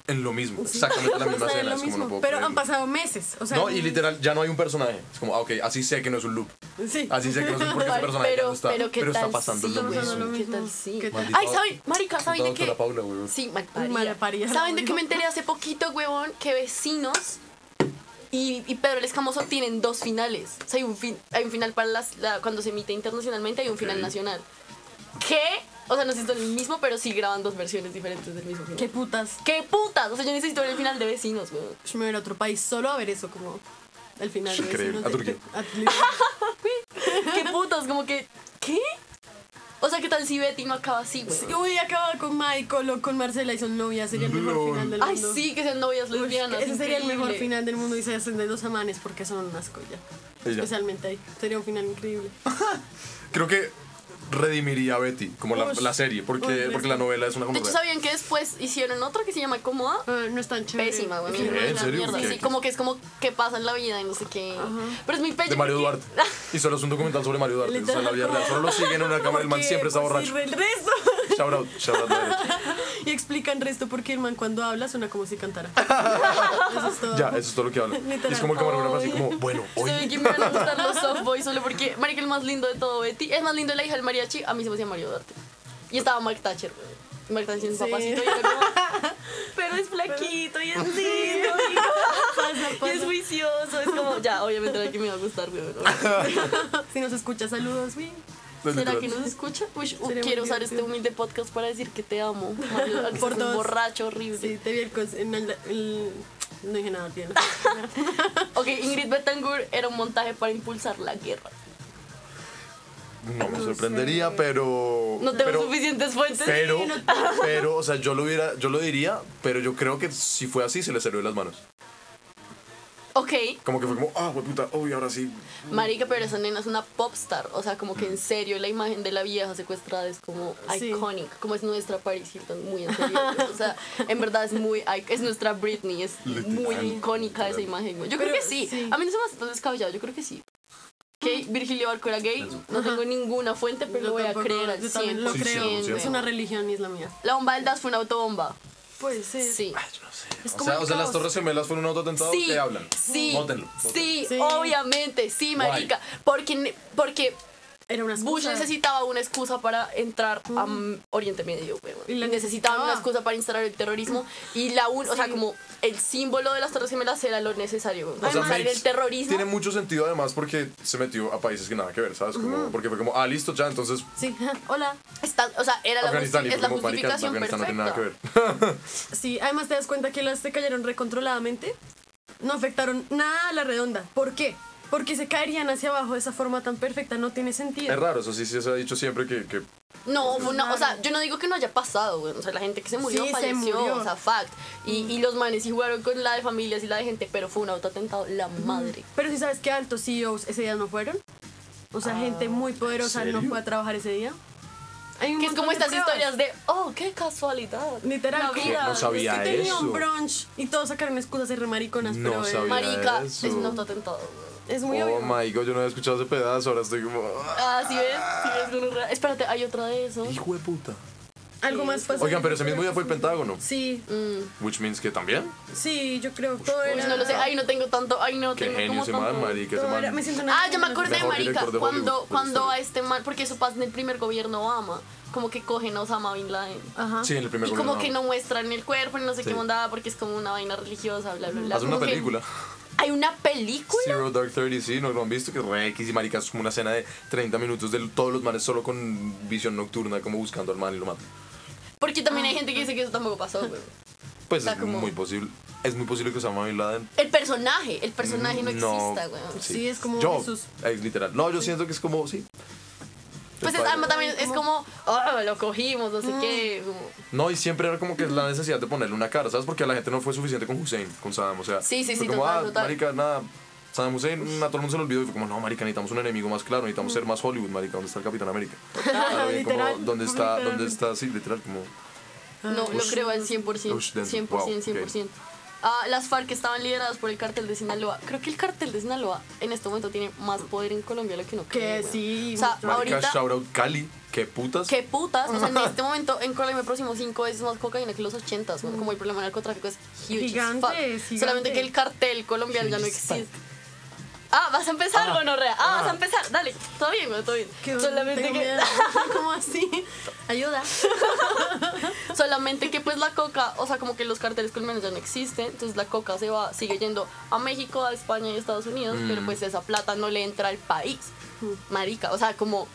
B: en lo mismo. Exactamente la
D: O sea,
B: misma escena.
D: lo
B: Es como no
D: mismo,
B: puedo
D: pero
B: creerlo.
D: han pasado meses. O sea,
B: No, y literal, ya no hay un personaje. Es como, ah, ok, así sé que no es un loop.
D: Sí.
B: Así sé que no es un porque ese
C: Ay,
B: personaje ya
C: pero,
B: no está.
C: pero, ¿qué
B: está
C: tal
B: pasando
C: sí,
B: lo
C: güey?
B: mismo.
C: ¿Qué tal sí?
D: ¿Qué tal?
B: Maldita
C: Ay, ¿saben? Marica, ¿saben de
B: Puta
C: qué?
B: doctora Paula, güey.
C: Sí, malparida.
D: Malparida,
C: ¿Saben de qué
D: obvio.
C: me enteré hace poquito, huevón? Que vecinos y, y Pedro el Escamoso tienen dos finales. O sea, hay un, fin- hay un final para las, la- cuando se emite internacionalmente y un final
B: Ok.
C: nacional. ¿Qué? O sea, no sé si es el mismo, pero sí graban dos versiones diferentes del mismo final.
D: Qué
C: ¿Qué,
D: putas.
C: putas? O sea, yo necesito ver el final de vecinos, huevón.
D: Yo me voy a ir a otro país solo a ver eso, como al final. de
B: Increíble.
D: vecinos
B: A
D: de-
B: Turquía.
D: a-
C: ¿Qué putas? Como que, ¿qué? O sea, ¿qué tal si Betty no acaba así, huevón?
D: Uy, acababa con Michael o con Marcela y son novias. Sería el mejor
B: Lol.
D: final del
C: Ay,
D: mundo.
C: sí, que sean novias
D: Uy,
C: lesbianas.
D: Ese sería el
C: increíble.
D: mejor final del mundo y se hacen de dos amanes porque son unas collas.
B: Y ya.
D: Especialmente ahí. Sería un final increíble.
B: Creo que redimiría a Betty, como la,
D: Ush.
B: la serie, porque,
D: Uy,
B: porque la novela es una
C: De
B: como.
C: hecho, ¿sabían que después hicieron otra que se llama Cómoda?
D: Ah, no es tan chévere.
C: Pésima, güey.
D: Sí,
B: ¿En
D: no es la
B: serio?
D: mierda.
C: Sí,
B: ¿Qué?
C: sí, como que es como que pasa en la vida y no sé qué. Pero es muy pecho.
B: De Mario
C: porque-
B: Duarte. Y solo es un documental sobre Mario Duarte. O sea, la vida
D: Literal.
B: real. Solo lo siguen en una cámara, el man
D: Porque,
B: siempre está
D: pues,
B: borracho.
D: sirve el resto.
B: Shout out, shout out. la derecha.
D: y explican resto porque el man cuando habla suena como si cantara. Eso es todo.
B: Ya, eso es todo lo que hablo.
D: Literal.
B: Es como el camarógrafo así como, bueno, hoy.
C: Saben que me van a gustar los softboys solo porque Marica el más lindo de todo Betty. Es más lindo la hija del mariachi. A mí se me hacía Mario Duarte. Y estaba Mark Thatcher, güey. Mark Thatcher es
D: Sí.
C: un papacito y era como, Pero es flaquito y es lindo
D: Pasa,
C: y, y
D: pasa.
C: es juicioso. Es como, ya, obviamente era que me iba a gustar, güey. ¿no?
D: Si nos escucha, saludos. güey.
C: ¿Será que nos escucha? Uy, uh,
D: Sería muy
C: quiero usar este
D: divertido.
C: humilde podcast para decir que te amo. Mario, que
D: Por
C: seas un
D: dos.
C: borracho horrible.
D: Sí, te vi el, cons- en el- el- No dije nada, bien.
C: Ok, Ingrid Betancourt era un montaje para impulsar la guerra.
B: No me sorprendería, pero.
C: No tengo
B: pero-
C: suficientes fuentes.
B: Pero, pero, o sea, yo lo, hubiera, yo lo diría, pero yo creo que si fue así, se le salió de las manos.
C: Ok,
B: Como que fue como, ah, güey, puta, uy, ahora sí.
C: Marica, pero esa nena es una popstar. O sea, como que en serio la imagen de la vieja secuestrada es como
D: Sí.
C: iconic. Como es nuestra Paris Hilton, muy en serio. O sea, en verdad es muy. ic- Es nuestra Britney, es muy
B: Literal,
C: icónica
B: literal.
C: esa imagen. güey. Yo
D: Pero,
C: creo que sí.
D: sí. Mm.
C: A mí no se me hace tan descabellado, yo creo que sí. Que Virgilio Barco era gay, no tengo ninguna fuente, pero
D: Yo
C: lo voy a
D: tampoco,
C: creer al
D: yo también lo
C: 100%.
D: creo.
B: sí, sí.
D: es una religión islamía.
C: La bomba del DAS fue una autobomba.
D: Puede ser.
C: Sí.
B: Ah,
D: Es
B: O
D: como
B: sea,
D: el
B: o sea, las
D: caos.
B: Torres Gemelas fueron un autoatentado.
C: Sí,
B: ¿Qué hablan?
C: Sí,
B: Mótenlo, mótenlo.
C: sí,
D: Sí.
C: obviamente, sí,
B: Guay.
C: marica, porque ne- porque
D: Era una excusa.
C: Bush necesitaba una excusa para entrar a mm, Oriente Medio, weón.
D: Y
C: necesitaba
D: la
C: una
D: necesitaba.
C: excusa para instalar el terrorismo y la un, o sea, como el símbolo de las Torres Gemelas era lo necesario, weón.
B: O sea,
C: Para
B: makes-
C: el terrorismo.
B: Tiene mucho sentido además porque se metió a países que nada que ver, ¿sabes? Como, Porque fue como, ah, listo, ya, entonces
D: Sí, hola.
C: está- o sea, era la,
B: Afganistán.
C: justi-
B: Y
C: es
B: fue
C: la
B: como, marica,
C: justificación
B: Afganistán no
C: perfecta.
B: tiene nada que ver.
D: Sí, además te das cuenta que las se cayeron recontroladamente. No afectaron nada a la redonda. ¿Por qué? Porque se caerían hacia abajo de esa forma tan perfecta. No tiene sentido.
B: Es raro, eso sí, sí se ha dicho siempre que, que
C: No, fue una- o sea, yo no digo que no haya pasado, güey. O sea, la gente que se murió
D: Sí, se
C: falleció,
D: murió.
C: o sea, fact. Y, y los manes sí jugaron con la de familias y la de gente, pero fue un autoatentado, la madre.
D: E Pero si sabes que altos CEOs ese día no fueron. O sea, gente muy poderosa no
B: ¿Serio?
D: fue a trabajar ese día. Hay un
C: Ah, Que es
D: montón
C: como
D: de
C: estas
D: pruebas.
C: historias de, oh, qué casualidad.
D: Literal,
C: La
D: como,
C: vida.
B: No sabía
D: es que tenía un
B: eso.
D: brunch y todos sacaron excusas y remariconas,
B: No
D: pero eh,
B: sabía.
C: Marica,
B: Eso.
C: es un autoatentado. güey.
D: es muy
B: oh
D: obvio.
B: my god, yo no había escuchado ese pedazo, ahora estoy como.
C: Ah, ¿sí ves? ¿Sí ves? gonorrea? Espérate, hay otra de eso.
B: Hijo de puta.
D: Algo más pasó.
B: Oigan, pero ese mismo día fue el Pentágono.
D: Sí, mm,
B: Which means que también.
D: sí, yo creo que
B: pues,
D: todo
C: Uy,
D: era...
C: no lo sé, ay, no tengo tanto, ay, no
B: Qué
C: tengo
B: genio
C: como
B: ese man,
C: tanto.
B: marica, ese
D: todo
B: man.
D: era- me siento en
C: Ah,
D: una-
C: yo me acordé de
B: Mejor
C: Marica
B: director de Hollywood,
C: cuando,
B: por
C: cuando
B: historia.
C: a este man, porque eso pasa en el primer gobierno Obama, como que cogen a Osama Bin Laden.
D: Ajá.
B: Sí, en el primer
C: Y como
B: gobierno.
C: que no muestran el cuerpo y no sé
B: Sí.
C: qué mandaba porque es como una vaina religiosa, bla, bla, bla.
B: Haz una
C: Como que-
B: película.
C: ¿Hay una película?
B: Zero Dark Thirty, sí, no lo han visto, que es re X y marica es como una escena de 30 minutos de todos los manes solo con visión nocturna, como buscando al man y lo matan.
C: Porque también
B: Ah.
C: hay gente que dice que eso tampoco pasó, güey.
B: Pues
C: Está
B: es
C: como-
B: muy posible, es muy posible que Osama Bin Laden
C: El personaje, el personaje
B: Mm,
C: no, exista, güey.
D: Sí, es como
B: yo,
D: Jesús.
B: Es literal. No, yo siento que es como, sí.
C: Pues es,
B: padre.
C: además también es como, ah, lo cogimos, no sé
B: Mm.
C: qué. como-
B: No, y siempre era como que la necesidad de ponerle una cara, ¿sabes? Porque a la gente no fue suficiente con Hussein, con Saddam, o sea.
C: Sí, sí,
B: fue
C: sí,
B: como,
C: total,
B: ah,
C: total.
B: marica, nada, Saddam Hussein, mm, a todo el mundo se lo olvidó. Y fue como, no, marica, necesitamos un enemigo más claro, necesitamos ser más Hollywood, marica, ¿dónde está el Capitán América? Ahora bien, como,
D: literal,
B: ¿Dónde está, dónde
D: literalmente.
B: está, sí, literal, como...
C: No, lo creo al 100%.
B: Ush, dentro.
C: 100%,
B: Wow,
C: 100%. Ah, las FARC estaban lideradas por el cartel de Sinaloa. Creo que el cartel de Sinaloa en este momento tiene más poder en Colombia de lo que uno cree.
D: Que
C: weón.
D: sí,
C: O sea,
B: Marica,
C: ahorita,
B: shout out Cali, qué putas.
C: qué putas. O sea, en este momento en Colombia me próximo cinco veces más cocaína que los 80 weón. Como el problema del narcotráfico es huge. as
D: Gigante,
C: fuck.
D: es gigante.
C: Solamente que el cartel colombiano ya no existe. Ah, vas a empezar, gonorrea. Ah, vas a empezar. Dale, todo bien, güey, todo bien.
D: Que
C: Solamente
D: tengo
C: que.
D: miedo. ¿Cómo así? Ayuda.
C: Solamente que pues la coca, o sea, como que los carteles colombianos ya no existen, entonces la coca se va, sigue yendo a México, a España y a Estados Unidos,
B: Mm.
C: pero pues esa plata no le entra al país. Mm. Marica, o sea, como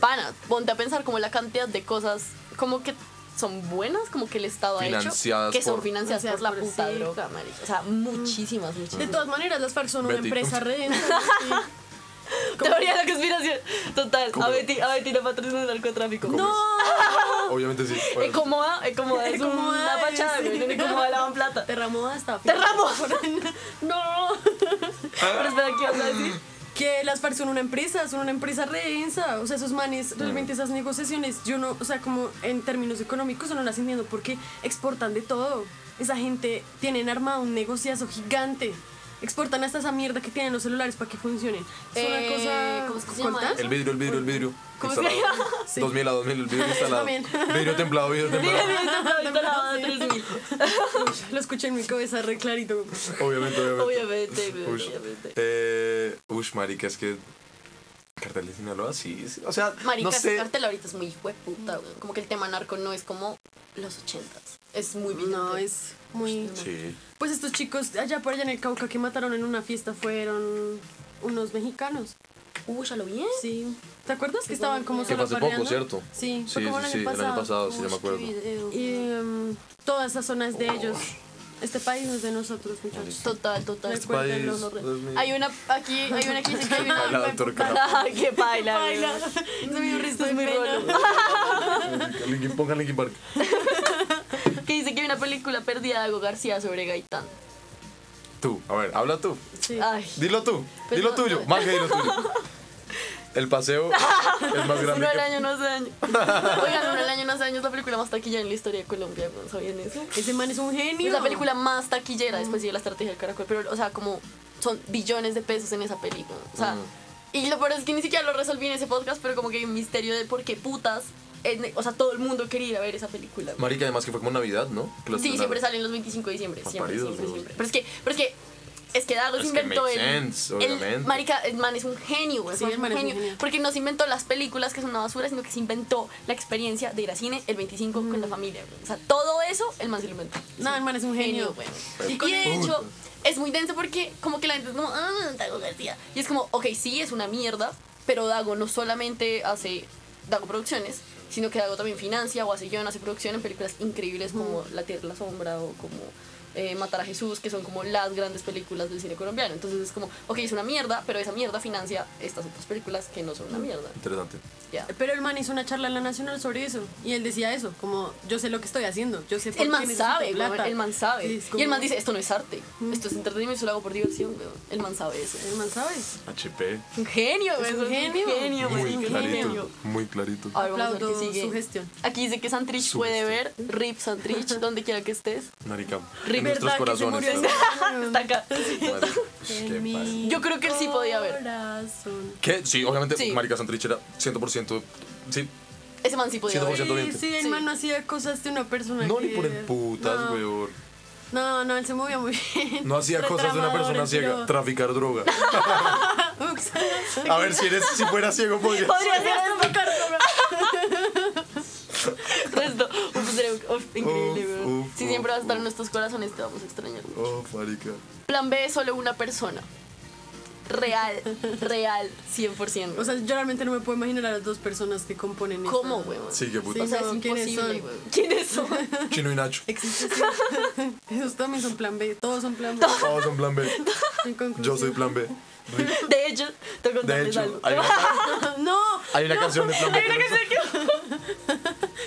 C: pana, ponte a pensar como la cantidad de cosas como que son buenas, como que el Estado ha hecho,
B: Financiadas
C: que son
B: por-
C: financiadas por la
D: Financiadas por-
C: puta
D: sí.
C: droga, marica. O sea, muchísimas,
D: De
C: muchísimas.
D: todas maneras, las FARC son una
B: Betty.
D: empresa re
C: Teoría de la conspiración. Total, a
B: ¿Cómo?
C: Betty, a Betty la patrocina el narcotráfico.
B: ¿Cómo
C: No,
B: Obviamente sí.
C: es
B: obviamente.
C: como es como es
D: Como
C: una
D: da,
C: fachada,
D: sí.
C: güey, es como lavan plata.
D: Terramoda hasta
C: ¡Te ramo! ¡No! Pero espera, ¿qué vas a decir?
D: Que las FARC son una empresa, son una empresa redensa. O sea, esos manes, realmente esas negociaciones, yo no, o sea, como en términos económicos, yo no las entiendo porque exportan de todo. Esa gente tienen armado un negociazo gigante. Exportan hasta esa mierda que tienen los celulares para que funcionen. Es
C: Eh,
D: una cosa.
C: ¿cómo es que se llama
D: ¿Coltas?
C: eso?
B: El vidrio, el vidrio, el vidrio.
C: ¿Cómo se
B: Instalado.
C: llama?
B: 2000 a 2000, el vidrio instalado.
D: También.
B: Vidrio templado, vidrio
C: Mira,
B: templado.
C: mira, esta plavadita lavada de 3000.
D: Lo escuché en mi cabeza re clarito.
B: Obviamente, obviamente.
C: Obviamente, güey,
B: Ush.
C: obviamente.
B: Eh, ush, marica, es que... Cartel de Sinaloa, sí, sí. O sea, no
C: Marica, ese
B: sé.
C: cartel ahorita es muy hijo de puta, güey. Como que el tema narco no es como los ochentas. Es muy bien.
D: No, es muy.
B: Sí.
D: Pues estos chicos allá por allá en el Cauca que mataron en una fiesta fueron unos mexicanos.
C: Uy, ya lo vi. ¿eh?
D: Sí. ¿Te acuerdas que estaban como
B: Que fue hace
D: solaparreando?
B: poco, ¿cierto?
D: Sí,
B: sí,
D: fue como el
B: sí,
D: año
B: sí, el año pasado, sí, ya me acuerdo.
D: Y em, todas esas zonas de ellos. Este país no es de nosotros, muchachos.
C: Total, total.
D: Este país
B: es mío.
C: Hay una aquí, hay una que dice que hay una.
B: Baila, doctor
C: Ah, qué baila, güey.
D: Se me dio un resto de
C: muy
D: pena.
B: Linkin, pongan Linkin Park.
C: Que dice que hay una película perdida de Ago García sobre Gaitán.
B: Tú, a ver, habla tú.
D: Sí.
C: Ay.
B: Dilo tú,
C: Pues
B: dilo
C: no-
B: tuyo,
C: no-
B: más que dilo tuyo. El paseo es más
C: Uno
B: grande
C: al
B: que...
C: año, no hace daño. Oigan, Uno al año, no hace daño es la película más taquillera en la historia de Colombia, ¿no ¿sabían eso?
D: Ese man es un genio.
C: Es la película más taquillera después de la estrategia del caracol, pero, o sea, como son billones de pesos en esa película. O
B: Mm.
C: sea, y lo peor es que ni siquiera lo resolví en ese podcast, pero como que hay un misterio de por qué putas, en- o sea, todo el mundo quería ir a ver esa película. güey.
B: Marica, además que fue como Navidad, ¿no? Que lo
C: Sí,
B: estrenaron.
C: siempre salen los 25 de diciembre.
B: Más
C: Siempre,
B: paridos,
C: siempre,
B: güey.
C: siempre. Pero es que, pero es que, es que Dagos
B: Es que
C: inventó
B: make
C: el,
B: sense,
C: el-
B: obviamente.
C: Marica, el man es un genio, güey.
D: Sí,
C: el
D: el
C: man es un genio.
D: genio.
C: Porque no se inventó las películas, que son una basura, sino que se inventó la experiencia de ir al cine el 25 con la
B: Mm.
C: familia, güey. O sea, todo eso, el man se lo inventó.
D: No, el man es un
C: Genio,
D: genio.
C: güey.
D: Pues
C: Y de hecho, es muy denso porque como que la gente es como, ah, Dago García. Y es como, ok, sí, es una mierda, pero Dago no solamente hace Dago Producciones, sino que Dago también financia o hace guión, hace producción en películas increíbles como La Tierra y la Sombra o como eh, Matar a Jesús, que son como las grandes películas del cine colombiano. Entonces es como, ok, es una mierda, pero esa mierda financia estas otras películas que no son una mierda.
B: Interesante.
C: Ya.
D: Pero el man hizo una charla en la Nacional sobre eso. Y él decía eso, como yo sé lo que estoy haciendo. Yo sé por
C: El
D: qué
C: man
D: necesito
C: sabe,
D: plata.
C: weón, el man
D: Sí,
C: sabe.
D: es como-
C: Y el man dice, esto no es arte, esto es entretenimiento, yo lo hago por diversión, weón. El man sabe eso.
D: El man sabe.
B: HP.
C: Un genio,
D: Es
C: weón,
D: un genio.
C: weón,
B: Muy
C: un
B: clarito.
C: genio.
B: Muy clarito.
C: A ver, vamos a ver qué
D: Aplaudo
C: sigue.
D: su gestión.
C: Aquí dice que Santrich puede ver Rip Santrich, donde quiera que estés.
B: Marica.
C: Rick,
B: En nuestros
D: ¿verdad que se
B: corazones.
D: murió
B: claro.
C: Está acá.
B: Marica, qué
D: En mi
B: padre.
C: Yo creo que él sí podía ver.
D: corazón.
B: ¿Qué? Sí, obviamente
C: Sí.
B: Marica Santrich era 100%. Sí.
C: Ese man sí podía ver.
B: 100%
D: Sí,
B: viento.
D: sí, el
C: Sí.
D: man no hacía cosas de una persona.
B: No,
D: que-
B: ni por el putas,
D: No.
B: weón.
D: No, no, él se movía muy bien.
B: No hacía cosas de una persona
D: Retramador,
B: ciega.
D: pero-
B: Traficar droga.
D: Ups.
B: A ver, si, eres, si fuera ciego, podrías.
C: Podría ser el resto. Uf, increíble,
B: Uf,
C: weón.
B: uf,
C: Si
B: uf,
C: siempre vas a estar en
B: uf.
C: nuestros corazones, te vamos a extrañar.
B: Oh, Marica.
C: Plan B es solo una persona. Real, real, 100%.
D: O sea, yo realmente no me puedo imaginar a las dos personas que componen esta-
C: ¿Cómo, weón?
B: Sí, qué
D: Sí.
B: puta.
C: o sea, es
D: no, ¿quiénes
C: imposible,
D: son?
C: weón. ¿Quiénes son?
B: Chino y Nacho.
D: Existe sí. Esos también son plan B. Todos son plan B.
B: Todos son plan B.
D: En
B: Yo
D: conclusión.
B: soy plan B.
C: De hecho, te
B: De
C: contarles
B: hecho,
C: algo.
B: hay una,
D: No,
B: hay una canción de plan B. que no-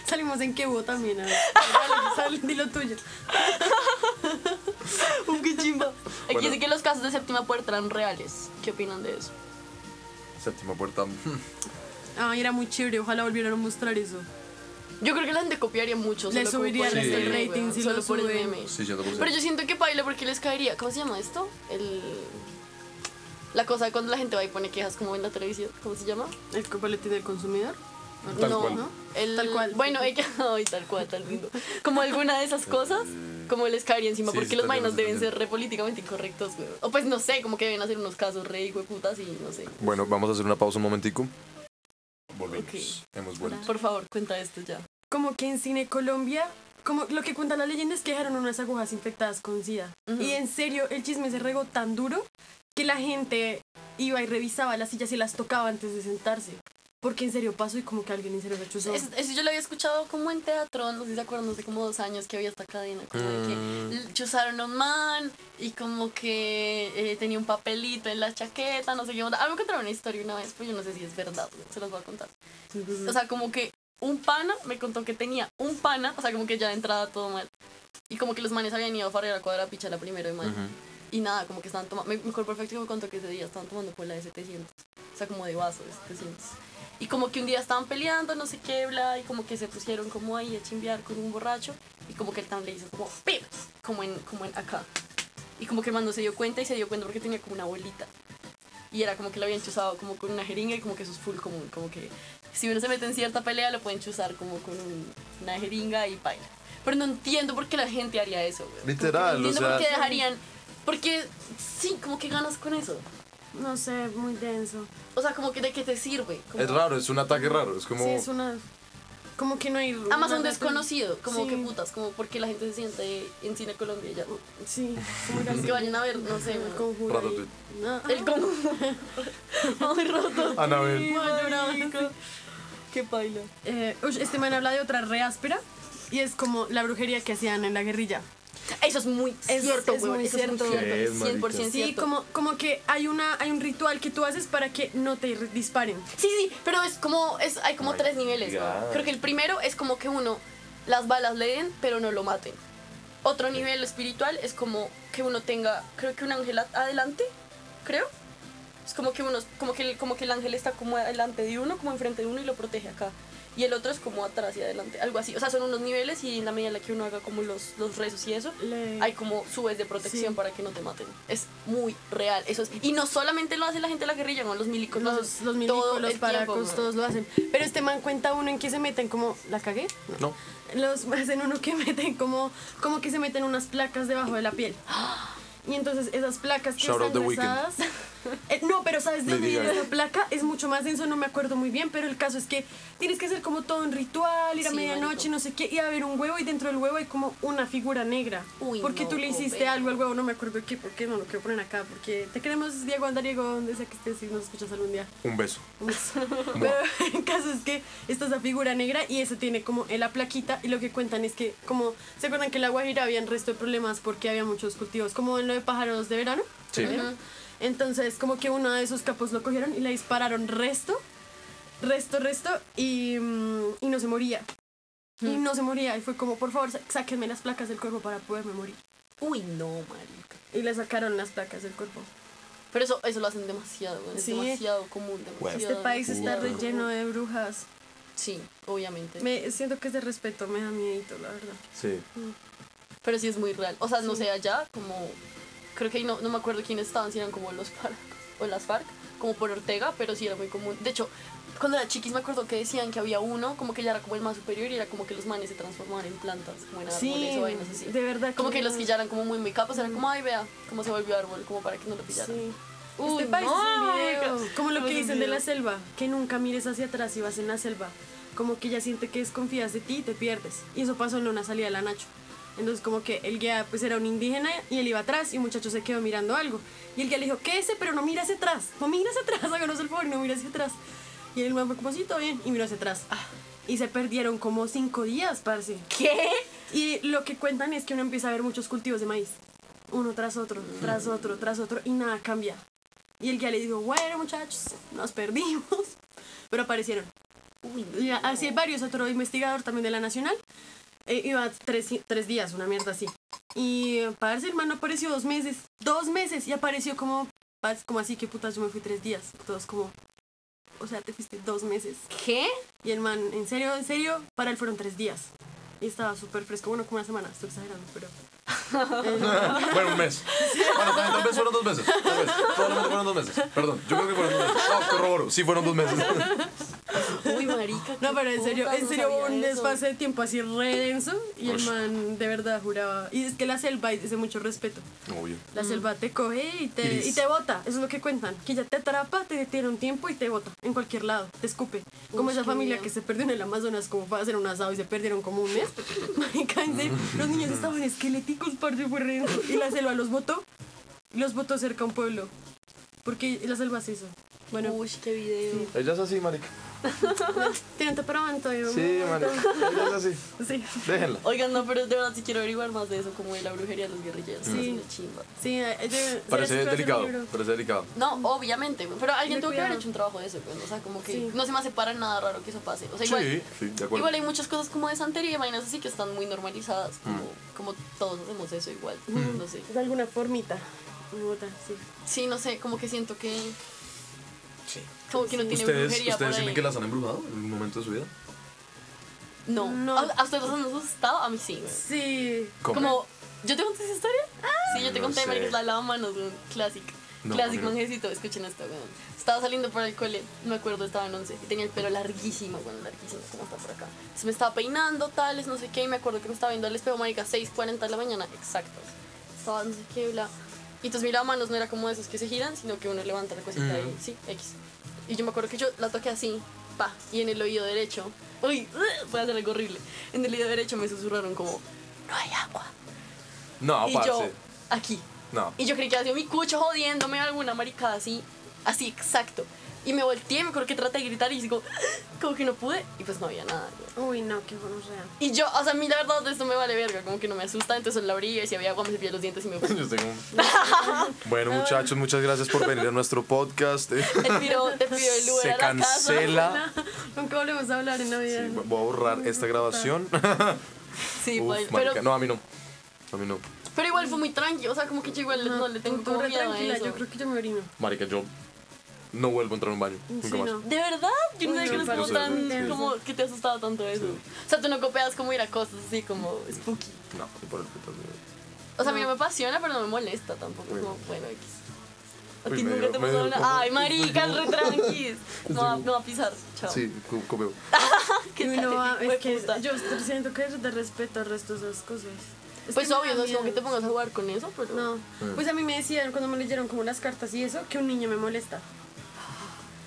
D: salimos en Quebo también. a ver. Dale, sal, di lo tuyo.
C: Un qué chimba. Aquí
B: Bueno.
C: dice que los casos de séptima puerta eran reales. ¿Qué opinan de eso?
B: Séptima puerta.
D: Ay, era muy chévere. Ojalá volvieran a mostrar eso.
C: Yo creo que la gente copiaría mucho.
D: Le
C: solo como
D: subiría
C: por
B: el
C: meme,
D: rating
C: weón,
D: si
C: solo
D: lo
C: por el
D: suben.
C: meme.
B: Sí, 100%.
C: Pero yo siento que paila porque les caería. ¿Cómo se llama esto? El. La cosa de cuando la gente va y pone quejas como en la televisión. ¿Cómo se llama?
D: El boletín del consumidor.
B: Tal
C: no,
B: cual.
C: ¿no? El-
D: Tal cual.
C: Bueno, ella. Ay, tal cual, tal lindo. Como alguna de esas cosas, como les caería encima.
B: Eh, Sí,
C: porque
B: sí, tal
C: los
B: cual,
C: mainos
B: sí,
C: deben
B: tal
C: ser re políticamente incorrectos, weón. O pues no sé, como que deben hacer unos casos re hijo de putas y no sé.
B: Bueno, vamos a hacer una pausa un momentico. Volvemos.
C: Ok.
B: Hemos vuelto.
C: Por favor, cuenta esto ya.
D: Como que en Cine Colombia, como lo que cuentan las leyendas es que dejaron unas agujas infectadas con SIDA. Y en serio, el chisme se regó tan duro que la gente iba y revisaba las sillas y las tocaba antes de sentarse. Porque en serio pasó y como que alguien en serio se chuzó.
C: Es- Eso yo lo había escuchado como en teatro, no sé si se acuerdan, hace como dos años que había esta cadena, como de que l- chuzaron a un man y como que eh, tenía un papelito en la chaqueta, no sé qué onda. Ah, me contaron una historia una vez, pues yo no sé si es verdad, se los voy a contar. O sea, como que un pana me contó que tenía un pana, o sea, como que ya de entrada todo mal. Y como que los manes habían ido a farrear a cuadra picha la primera de mayo. Y nada, como que estaban tomando. Me acuerdo perfecto que me contó que ese día estaban tomando cola de 700. O sea, como de vaso de 700. Y como que un día estaban peleando, no sé qué, bla, y como que se pusieron como ahí a chimbear con un borracho. Y como que el tan le hizo como ¡pip! Como en, como en acá. Y como que el man no se dio cuenta y se dio cuenta porque tenía como una bolita. Y era como que lo habían chuzado como con una jeringa y como que eso es full común. Como que si uno se mete en cierta pelea lo pueden chuzar como con un- una jeringa y baila. Pero no entiendo por qué la gente haría eso, güey. Como que
B: Literal, o
C: No entiendo
B: sea-
C: por qué dejarían. Porque sí, como que ganas con eso.
D: No sé, muy denso.
C: O sea, como que de qué te sirve. Como-
B: Es raro, es un ataque raro. Es como.
D: Sí, es una... Como que no hay...
C: Además,
D: una
C: Ah, un
D: razón.
C: desconocido. Como
D: Sí.
C: que putas, como porque la gente se siente en Cine Colombia y ya.
D: Sí, como que
C: Que vayan a ver, no sé,
D: el
C: güey.
D: conjuro ahí.
B: Ratatouille.
D: No,
C: El como. Ay, roto.
B: Anabel.
C: Qué paila.
D: eh, uy, este man habla de otra re áspera y es como la brujería que hacían en la guerrilla.
C: Eso es muy
D: Es-
C: cierto,
D: es
C: güey.
D: muy
C: Eso es muy
D: cierto.
C: cierto.
B: ¿Qué es,
C: 100%
B: marica?
D: Sí,
C: cierto.
D: como, como que hay, una, hay un ritual que tú haces para que no te re- disparen.
C: Sí, sí, pero es como, es, hay como tres niveles. ¿no? Creo que el primero es como que uno, las balas le den, pero no lo maten. Otro nivel espiritual es como que uno tenga, creo que un ángel a- adelante, creo. Es como que uno, como que, el- como que el ángel está como adelante de uno, como enfrente de uno y lo protege acá. Y el otro es como atrás y adelante, algo así. O sea, son unos niveles y en la medida en la que uno haga como los, los rezos y eso,
D: Le-
C: hay como subes de protección
D: Sí.
C: para que no te maten. Es muy real. Eso es, y no solamente lo hace la gente de la guerrilla, no, los milicos lo
D: Los,
C: hacen
D: los
C: todo
D: milicos,
C: el
D: los
C: tiempo,
D: paracos,
C: weón.
D: todos lo hacen. Pero este man cuenta uno en que se meten como... ¿La cagué?
B: No.
D: Los hacen uno que meten como... Como que se meten unas placas debajo de la piel. Y entonces esas placas que
B: Shout out
D: están
B: The Weeknd.
D: rezadas... Eh, no, pero ¿sabes de dónde
B: Lady
D: viene
B: Gaga.
D: esa placa? Es mucho más denso, no me acuerdo muy bien, pero el caso es que tienes que hacer como todo un ritual, ir a
C: Sí,
D: medianoche,
C: marico.
D: no sé qué, y a ver un huevo y dentro del huevo hay como una figura negra.
C: Uy,
D: porque
C: no,
D: tú le hiciste
C: Copeiro.
D: algo al huevo, no me acuerdo qué, porque no lo quiero poner acá, porque te queremos, Diego Andariego, donde sea que estés, si nos escuchas algún día.
B: Un beso.
D: Pero el caso es que esta es la figura negra y eso tiene como en la plaquita y lo que cuentan es que como se acuerdan que en la Guajira había un resto de problemas porque había muchos cultivos como en lo de pájaros de verano.
B: Sí.
D: ¿verdad? Entonces como que uno de esos capos lo cogieron y le dispararon resto, resto, resto y, mm, y no se moría. Y no se moría y fue como por favor sa- sáquenme las placas del cuerpo para poderme morir.
C: Uy, no, marica.
D: Y le sacaron las placas del cuerpo.
C: Pero eso, eso lo hacen demasiado, güey. Es
D: Sí.
C: demasiado común.
B: Bueno.
C: Demasiado
D: Este país está
C: común.
D: relleno de brujas.
C: Sí, obviamente.
D: Me siento que es de respeto, me da miedito, la verdad.
B: Sí.
C: Pero sí es muy real. O sea, no sé, allá como... Creo que ahí no, no me acuerdo quiénes estaban, si eran como los FARC o las FARC, como por Ortega, pero sí era muy común. De hecho, cuando era chiquis me acuerdo que decían que había uno, como que ya era como el más superior y era como que los manes se transformaban en plantas, como en árboles
D: Sí,
C: o vainas así.
D: de verdad.
C: Como que los que ya eran como muy, muy capos eran como, ay, vea, cómo se volvió árbol, como para que no lo pillaran.
D: Sí.
C: Uy,
D: este país
C: no,
D: es un video.
C: marica.
D: Como lo
C: Somos
D: que
C: un
D: dicen de
C: video.
D: la selva, que nunca mires hacia atrás y vas en la selva. Como que ella siente que desconfías de ti y te pierdes. Y eso pasó en una salida de la Nacho. Entonces como que el guía pues era un indígena y él iba atrás y un muchacho se quedó mirando algo. Y el guía le dijo, ¿qué ese? Pero no mira hacia atrás. No mira hacia atrás, háganos el favor y no mira hacia atrás. Y el man fue como, sí, todo bien. Y miró hacia atrás. Ah. Y se perdieron como cinco días, parce.
C: ¿Qué?
D: Y lo que cuentan es que uno empieza a ver muchos cultivos de maíz, uno tras otro, tras otro, tras otro, y nada cambia. Y el guía le dijo, bueno muchachos, nos perdimos, pero aparecieron. Y a- así hay varios, otro investigador también de la Nacional, eh, iba tres, tres días, una mierda así. Y eh, parce, el man no apareció dos meses, dos meses, y apareció como, pas- como así, que putas, yo me fui tres días. Todos como, o sea, te fuiste dos meses.
C: ¿Qué?
D: Y el man, en serio, en serio, para él fueron tres días. Y estaba súper fresco, bueno, como una semana, estoy exagerando, pero...
B: Bueno, un mes. Bueno, también tal vez fueron dos meses. Tal vez. Probablemente fueron dos meses. Perdón, yo creo que fueron dos meses. No, corroboro. Sí, fueron dos meses.
C: Uy, marica.
D: No, pero en
C: putas,
D: serio, en
C: no
D: serio,
C: sabía
D: hubo un
C: eso.
D: desfase de tiempo así re denso y el
B: Ush.
D: man de verdad juraba. Y es que la selva es de mucho respeto.
B: Obvio.
C: Mm.
D: La selva te coge y te,
B: Iris.
D: y te bota, eso es lo que cuentan. Que ya te atrapa, te detiene un tiempo y te bota en cualquier lado, te escupe. Como
C: Ush,
D: esa
C: qué
D: familia
C: miedo.
D: que se perdió en el Amazonas como para hacer un asado y se perdieron como un mes. Marica, en serio, los niños estaban esqueléticos, parce, fue re denso. Y la selva los botó, los botó cerca a un pueblo. Porque la selva es eso. Bueno,
C: Uy, qué video.
B: Ella es así, marica.
D: tienen temperamento, yo.
B: marica. Ella es así.
D: Sí.
B: Déjenla.
C: Oigan, no, pero de verdad sí quiero averiguar más de eso, como de la brujería de los guerrilleros.
D: Sí.
C: Sí. chimba.
D: Sí, eh, eh, debe-
B: Parece
D: debe ser
B: delicado.
D: un libro.
B: Parece delicado.
C: No, obviamente, pero alguien
D: De
C: tuvo que haber
D: cuidado.
C: hecho un trabajo de eso, pues, o sea, como que
D: Sí.
C: no se me hace para nada raro que eso pase. O sea, igual,
B: Sí, sí, de acuerdo.
C: igual hay muchas cosas como de santería y vainas así que están muy normalizadas, como, como todos hacemos eso igual, no sé.
D: De alguna formita. Una u otra, sí.
C: Sí, no sé, como que siento que... Como que no tiene
B: ¿Ustedes,
C: brujería
B: ¿ustedes
C: por ahí.
B: sienten que las han embrujado en algún momento de su vida?
C: No.
D: No.
C: ¿A, a ustedes los han asustado? A mí sí.
D: Sí.
B: ¿Cómo?
C: Como, ¿yo te conté esa historia? sí, yo te
B: No
C: conté,
B: sé.
C: marica, es la lavamanos, un clásico.
B: No,
C: clásico
B: no.
C: manjecito, escuchen esto, weón. Estaba saliendo por el cole, me acuerdo, estaba en 11 y tenía el pelo larguísimo, bueno, larguísimo, como está por acá. Entonces me estaba peinando, tales, no sé qué, y me acuerdo que me estaba viendo al espejo, marica, 6.40 de la mañana, exactos. Estaba no sé qué, bla. Y entonces mi lavamanos no era como de esos que se giran, sino que uno levanta la cosita ahí, sí, X. Y yo me acuerdo que yo la toqué así, pa, y en el oído derecho, uy, voy a hacer algo horrible. En el oído derecho me susurraron como, no hay agua
B: No,
C: y
B: Ah, parce.
C: yo aquí.
B: No.
C: Y yo creí que había sido mi cucho jodiéndome alguna maricada así, así exacto. Y me volteé, me acuerdo que traté de gritar y digo, como que no pude. Y pues no había nada. güey.
D: Uy, no, qué bueno real.
C: Y yo, o sea, a mí la verdad esto me vale verga, como que no me asusta. Entonces la orilla y si había agua me cepillé los dientes y me fui.
B: Yo estoy como- Bueno, muchachos, muchas gracias por venir a nuestro podcast.
C: Te pidió, te pidió el Uber
B: Se
C: a la casa.
B: cancela.
D: Nunca volvemos a hablar en Navidad.
B: Sí, voy a borrar esta grabación.
C: Sí,
B: Uf,
C: pues,
B: marica.
C: pero,
B: No, a mí no. A mí no.
C: pero igual fue muy tranqui, o sea, como que yo igual no, le tengo
D: Tú
C: como
D: re
C: miedo a
D: tranquila,
C: eso.
D: yo creo que yo me orino.
B: Marica, yo no vuelvo a entrar a un baño.
D: Sí,
B: Nunca más.
D: no.
C: ¿De verdad? Yo no
D: Uy,
C: sabía que
D: no,
C: eres como
B: sí,
C: tan,
B: sí, sí.
C: como que te asustaba tanto eso. O sea, tú no copias como ir a cosas así como spooky.
B: No, ni por el putas. no.
C: O sea, a mí no me apasiona, pero no me molesta tampoco. Es como, bueno, X. A
B: Uy, Pues
C: ti
B: me
C: nunca
B: dio-
C: te
B: me
C: pasó
B: dio
C: nada.
B: como-
C: Ay, marica, re tranquis. No va, no va a pisar. Chao.
B: Sí, co- comeo.
C: ¿Qué
D: Uy,
C: tal?
D: no,
C: Hijo
D: es
C: de
D: que
C: puta.
D: yo siento que es de respeto al resto de esas cosas. Es
C: Pues
D: que me
C: obvio,
D: da
C: no es como que
D: miedo.
C: te pongas a jugar con eso, pero.
D: No,
B: Ah.
D: pues a mí me decían cuando me leyeron como las cartas y eso, que un niño me molesta.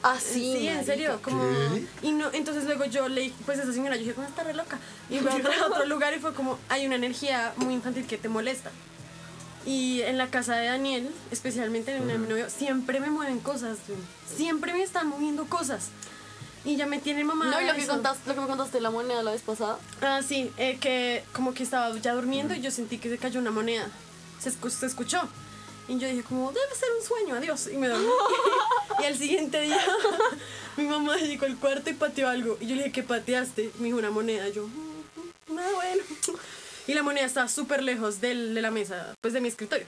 C: Ah,
D: Sí,
C: sí.
D: en
C: marica.
D: serio, como... Y no, entonces luego yo leí, pues esa señora, yo dije, ¿cómo está re loca? Y fui a otro, a otro lugar y fue como, hay una energía muy infantil que te molesta. Y en la casa de Daniel, especialmente en la de mi novio, siempre me mueven cosas, güey. siempre me están moviendo cosas. Y ya me tiene mamá.
C: No, y lo que,
D: eso.
C: contaste, lo que me contaste de la moneda la vez pasada.
D: Ah, sí, eh, que como que estaba ya durmiendo y yo sentí que se cayó una moneda. Se, escu- se escuchó. Y yo dije como, debe ser un sueño, adiós. Y me dormí. y al siguiente día mi mamá llegó al cuarto y pateó algo. Y yo le dije, ¿qué pateaste? Me dijo una moneda. Yo, "Mm, nada bueno. Y la moneda estaba súper lejos del, de la mesa, pues de mi escritorio.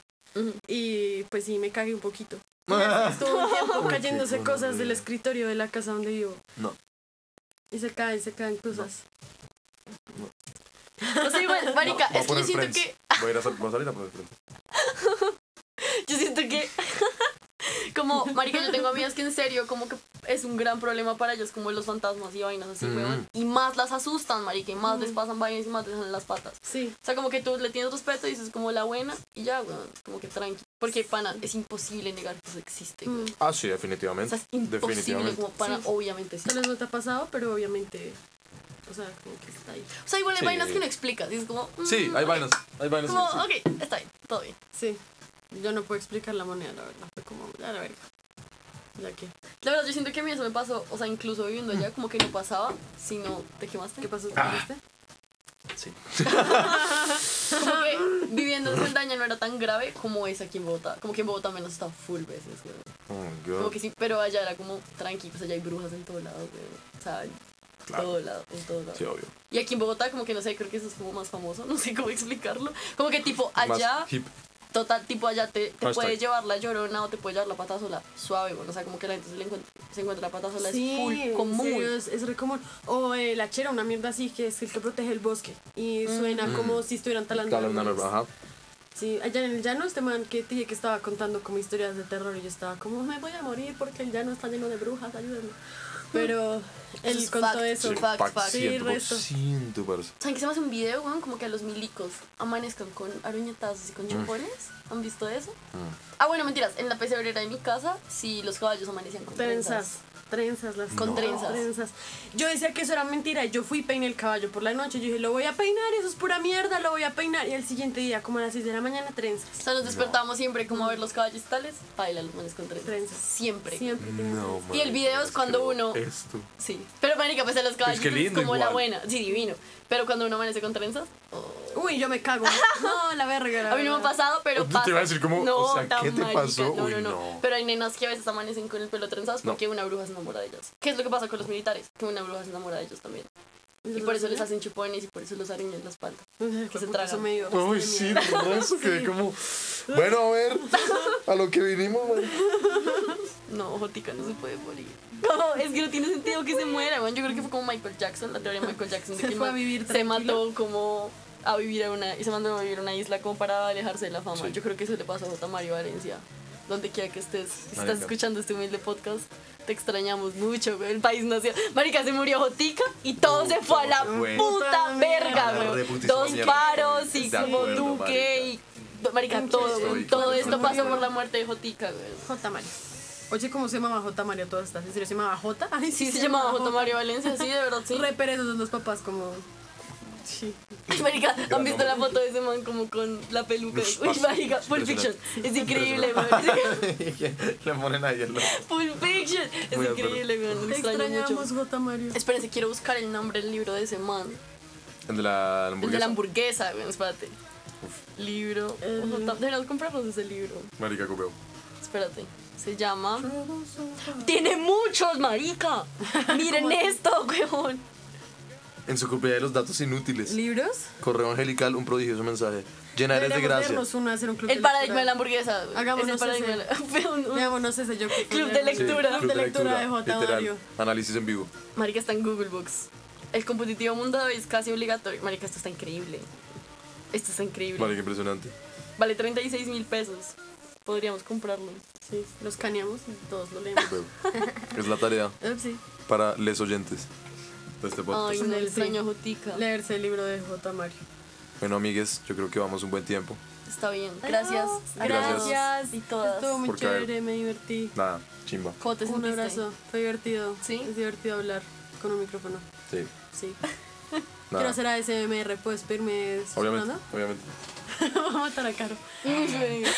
D: Y pues sí, me cagué un poquito. Y así Estuvo un tiempo cayéndose cosas del escritorio de la casa donde vivo.
B: No.
D: Y se caen, se caen cosas.
C: O sea, igual, marica,
B: No, voy a
C: es que yo
B: poner
C: siento
B: Friends.
C: que.
B: Voy a ir a, sal- voy a salir a poner frente.
C: Yo siento que. Como, marica, yo tengo amigas que en serio, como que es un gran problema para ellas, como los fantasmas y vainas así,
B: Mm.
C: weón. Y más las asustan, marica, y más les pasan vainas y más les salen las patas.
D: Sí.
C: O sea, como que tú le tienes respeto y dices como la buena y ya, weón. Como que tranqui. Porque, pana, es imposible negar que eso existe, weón.
D: Mm.
B: Ah, sí,
C: O
B: definitivamente.
C: sea, es imposible
B: definitivamente.
C: como pana,
D: Sí.
C: obviamente sí.
D: Tal vez no te ha pasado, pero obviamente. O sea, como que está ahí.
C: O sea, igual hay
B: Sí.
C: vainas que no explicas. Y es como. mm,
B: Sí, hay
C: ok.
B: vainas. Hay vainas.
C: Como, ah.
B: sí.
C: ok, está bien, todo bien.
D: Sí. Yo no puedo explicar la moneda, la verdad. Fue como, ya la verga. Ya que.
C: La verdad, yo siento que a mí eso me pasó. O sea, incluso viviendo allá, como que no pasaba, sino te quemaste.
D: ¿Qué pasó? ¿Te
B: Ah.
D: viste?
C: Como que viviendo en Saldaña no era tan grave como es aquí en Bogotá. Como que en Bogotá menos está full veces, güey.
B: Oh, my
C: Como
B: God.
C: que sí, pero allá era como tranqui, pues allá hay brujas en todo lado, güey. O sea, en todo lado, en todo lado.
B: Sí, obvio.
C: Y aquí en Bogotá, como que no sé, creo que eso es como más famoso, no sé cómo explicarlo. Como que tipo
B: Más
C: allá,
B: hip.
C: total, tipo allá te, te
B: Hashtag.
C: puede llevar la llorona o te puede llevar la pata sola suave, bueno, o sea, como que la gente se, le encuentra, se encuentra la pata sola, es full
D: en
C: común.
D: serio, es, es re común. O eh, la chera, una mierda así, que es el que protege el bosque. Y
C: Mm.
D: suena como si estuvieran talando.
B: Mm. Claro, una
D: árboles.
B: ajá.
D: Sí, allá en el llano, este man que te dije que estaba contando como historias de terror y yo estaba como, me voy a morir porque el llano está lleno de brujas, ayúdenme. Pero él
C: Mm. es
D: contó
C: fact.
D: eso.
B: Sí,
C: fact,
B: pack,
C: fact.
D: Sí,
B: ciento por
D: resto.
B: ciento, parce.
C: ¿Saben que se me hace un video, weón? Como que a los milicos amanezcan con aruñetazos y
B: Mm.
C: con chupones. ¿Han visto eso? Ah, bueno, mentiras. En la pesebrera de mi casa, sí, los caballos amanecían con
D: Trenzas.
C: trenzas.
D: Trenzas, las
C: Con trenzas.
D: Yo decía que eso era mentira. y Yo fui y peiné el caballo por la noche. Yo dije, lo voy a peinar, eso es pura mierda, lo voy a peinar. Y al siguiente día, como a las 6 de la mañana, trenzas.
C: O sea, nos despertábamos siempre como a ver los caballos y tales. Baila los manes con trenzas.
D: Trenzas.
C: Siempre.
D: Siempre. tiene
B: No,
D: trenzas.
C: Y el video es cuando
B: marica,
C: uno-
B: Esto.
C: Sí. Pero, marica, pues a los caballos
B: que lindo
C: como la
B: igual.
C: buena. Sí, divino. Pero cuando uno amanece con trenzas,
D: Uy, yo me cago. No, la verga. la
C: a mí no me ha
D: verdad.
C: pasado, pero
B: Yo te
C: pasa.
B: iba a decir como,
C: no,
B: o sea,
C: tan
B: ¿qué te
C: marica.
B: pasó?
C: No,
B: Uy,
C: no, no,
B: no.
C: Pero hay nenas que a veces amanecen con el pelo trenzado
B: No.
C: porque una bruja se enamora de ellas. ¿Qué es lo que pasa con los militares? Que una bruja se enamora de ellos también. Y por eso les hacen chupones y por eso los arañan en la espalda.
D: Uy,
C: que se
D: puta,
C: tragan.
D: eso me dio
B: Uy,
D: bastante
B: sí,
D: miedo.
B: todo eso quedé como. Bueno, a ver, a lo que vinimos, man.
C: No, Jotica no se puede morir. No, es que no tiene sentido que se muera, weón. Yo creo que fue como Michael Jackson, la teoría de Michael Jackson. de
D: Se
C: que el
D: fue a
C: man
D: vivir
C: Se
D: tranquilo.
C: mató como a vivir a una... Y se mandó a vivir a una isla como para alejarse de la fama. Yo creo que eso le pasó a J. Mario Valencia. Donde quiera que estés, si estás
B: Marica.
C: escuchando este humilde podcast, te extrañamos mucho, güey. El país nació. Marica se murió Jotica y todo se fue a la
B: güey.
C: puta verga,
B: la
C: güey.
B: reputísima
C: Dos
B: mierda.
C: paros y
B: De
C: como
B: acuerdo,
C: Duque y. Marica, todo, güey.
B: Estoy
C: todo esto
B: completamente
C: pasó
B: de
C: por
B: acuerdo.
C: la muerte de Jotica, güey.
D: J. Mario. Oye, ¿cómo se llamaba J. Mario todas estas? ¿En serio se llamaba J? Ay,
C: Sí, se llamaba J.
D: J.
C: Mario Valencia, sí, de verdad, sí.
D: Re perezosos los papás, como... Sí.
C: Ay, marica, ¿han visto la foto de ese man como con la peluca?
B: Uf,
C: Uy, marica, Pulp Fiction. Es increíble, man.
B: Le ponen ahí el.
C: Pulp Fiction. Es
B: Muy de acuerdo.
C: increíble, man. Lo
D: Te
C: extraño
D: extrañamos,
C: mucho.
D: J. Mario.
C: Espérense, quiero buscar el nombre del libro de ese man.
B: El de la
C: El de
B: hamburguesa.
C: la hamburguesa, güey, espérate. Libro. Ojo, Deberíamos comprarnos ese libro.
B: Marica, copeo.
C: Espérate. Se llama. ¡Tiene muchos, marica! ¡Miren esto, weón!
B: En su copia de los datos inútiles.
D: ¿Libros?
B: Correo angelical, un prodigioso mensaje. Llena eres de
D: Deberíamos
B: gracia.
D: vernos uno, hacer un club
C: El
D: de
C: paradigma de la
D: lectura.
C: hamburguesa. güey.
D: Hagámonos
C: Es el paradigma de la- un- un-
D: Veámonos ese yo. que fue
C: Club de
D: el-
B: Sí,
C: lectura.
B: club
D: de lectura de J.
B: literal.
D: Mario.
B: Análisis en vivo.
C: Marica está en Google Books. El competitivo mundo de hoy es casi obligatorio. Marica, esto está increíble. Esto está increíble.
B: Marica, impresionante.
C: Vale 36 mil pesos. Podríamos comprarlo.
D: Sí, los caneamos y todos lo leemos.
B: Copeo. Es la tarea
D: Eh, sí,
B: para les oyentes de este podcast.
C: Ay, no
D: Sí.
C: extraño a Jotica.
D: leerse el libro de J. Mario.
B: Bueno, amigues, yo creo que vamos un buen tiempo.
C: Está bien. Gracias. a
B: Gracias.
C: todos Y todas.
D: Estuvo muy
B: Por caer.
D: chévere, me divertí.
B: Nada, chimba.
C: ¿Cómo te
D: Un
C: sentiste?
D: abrazo, fue divertido.
C: ¿Sí?
D: Es divertido hablar con un micrófono.
B: Sí.
D: Sí. Quiero
B: Nada.
D: hacer ASMR, ¿puedes pedirme
B: Obviamente,
D: sonando?
B: obviamente.
D: Vamos a matar a Caro.
C: Uy, venga.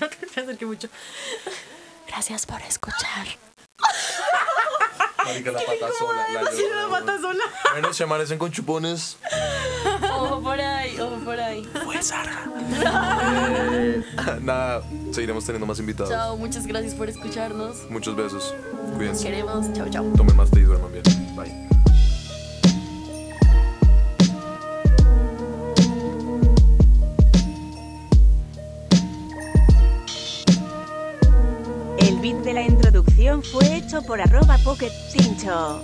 D: No te te acerqué mucho.
C: Gracias por escuchar.
B: Marica, la pata sola. La
D: Sí, la mata sola.
B: Bueno, se amanecen con chupones.
C: Ojo por ahí, ojo por ahí.
E: Fue Sarga.
B: Eh, nada, seguiremos teniendo más invitados.
C: Chao, muchas gracias por escucharnos.
B: Muchos besos. Cuídense.
C: Queremos. Chao, chao.
B: Tomen más té y duerman bien. Bye.
G: El beat de la introducción fue hecho por arroba pocket tincho.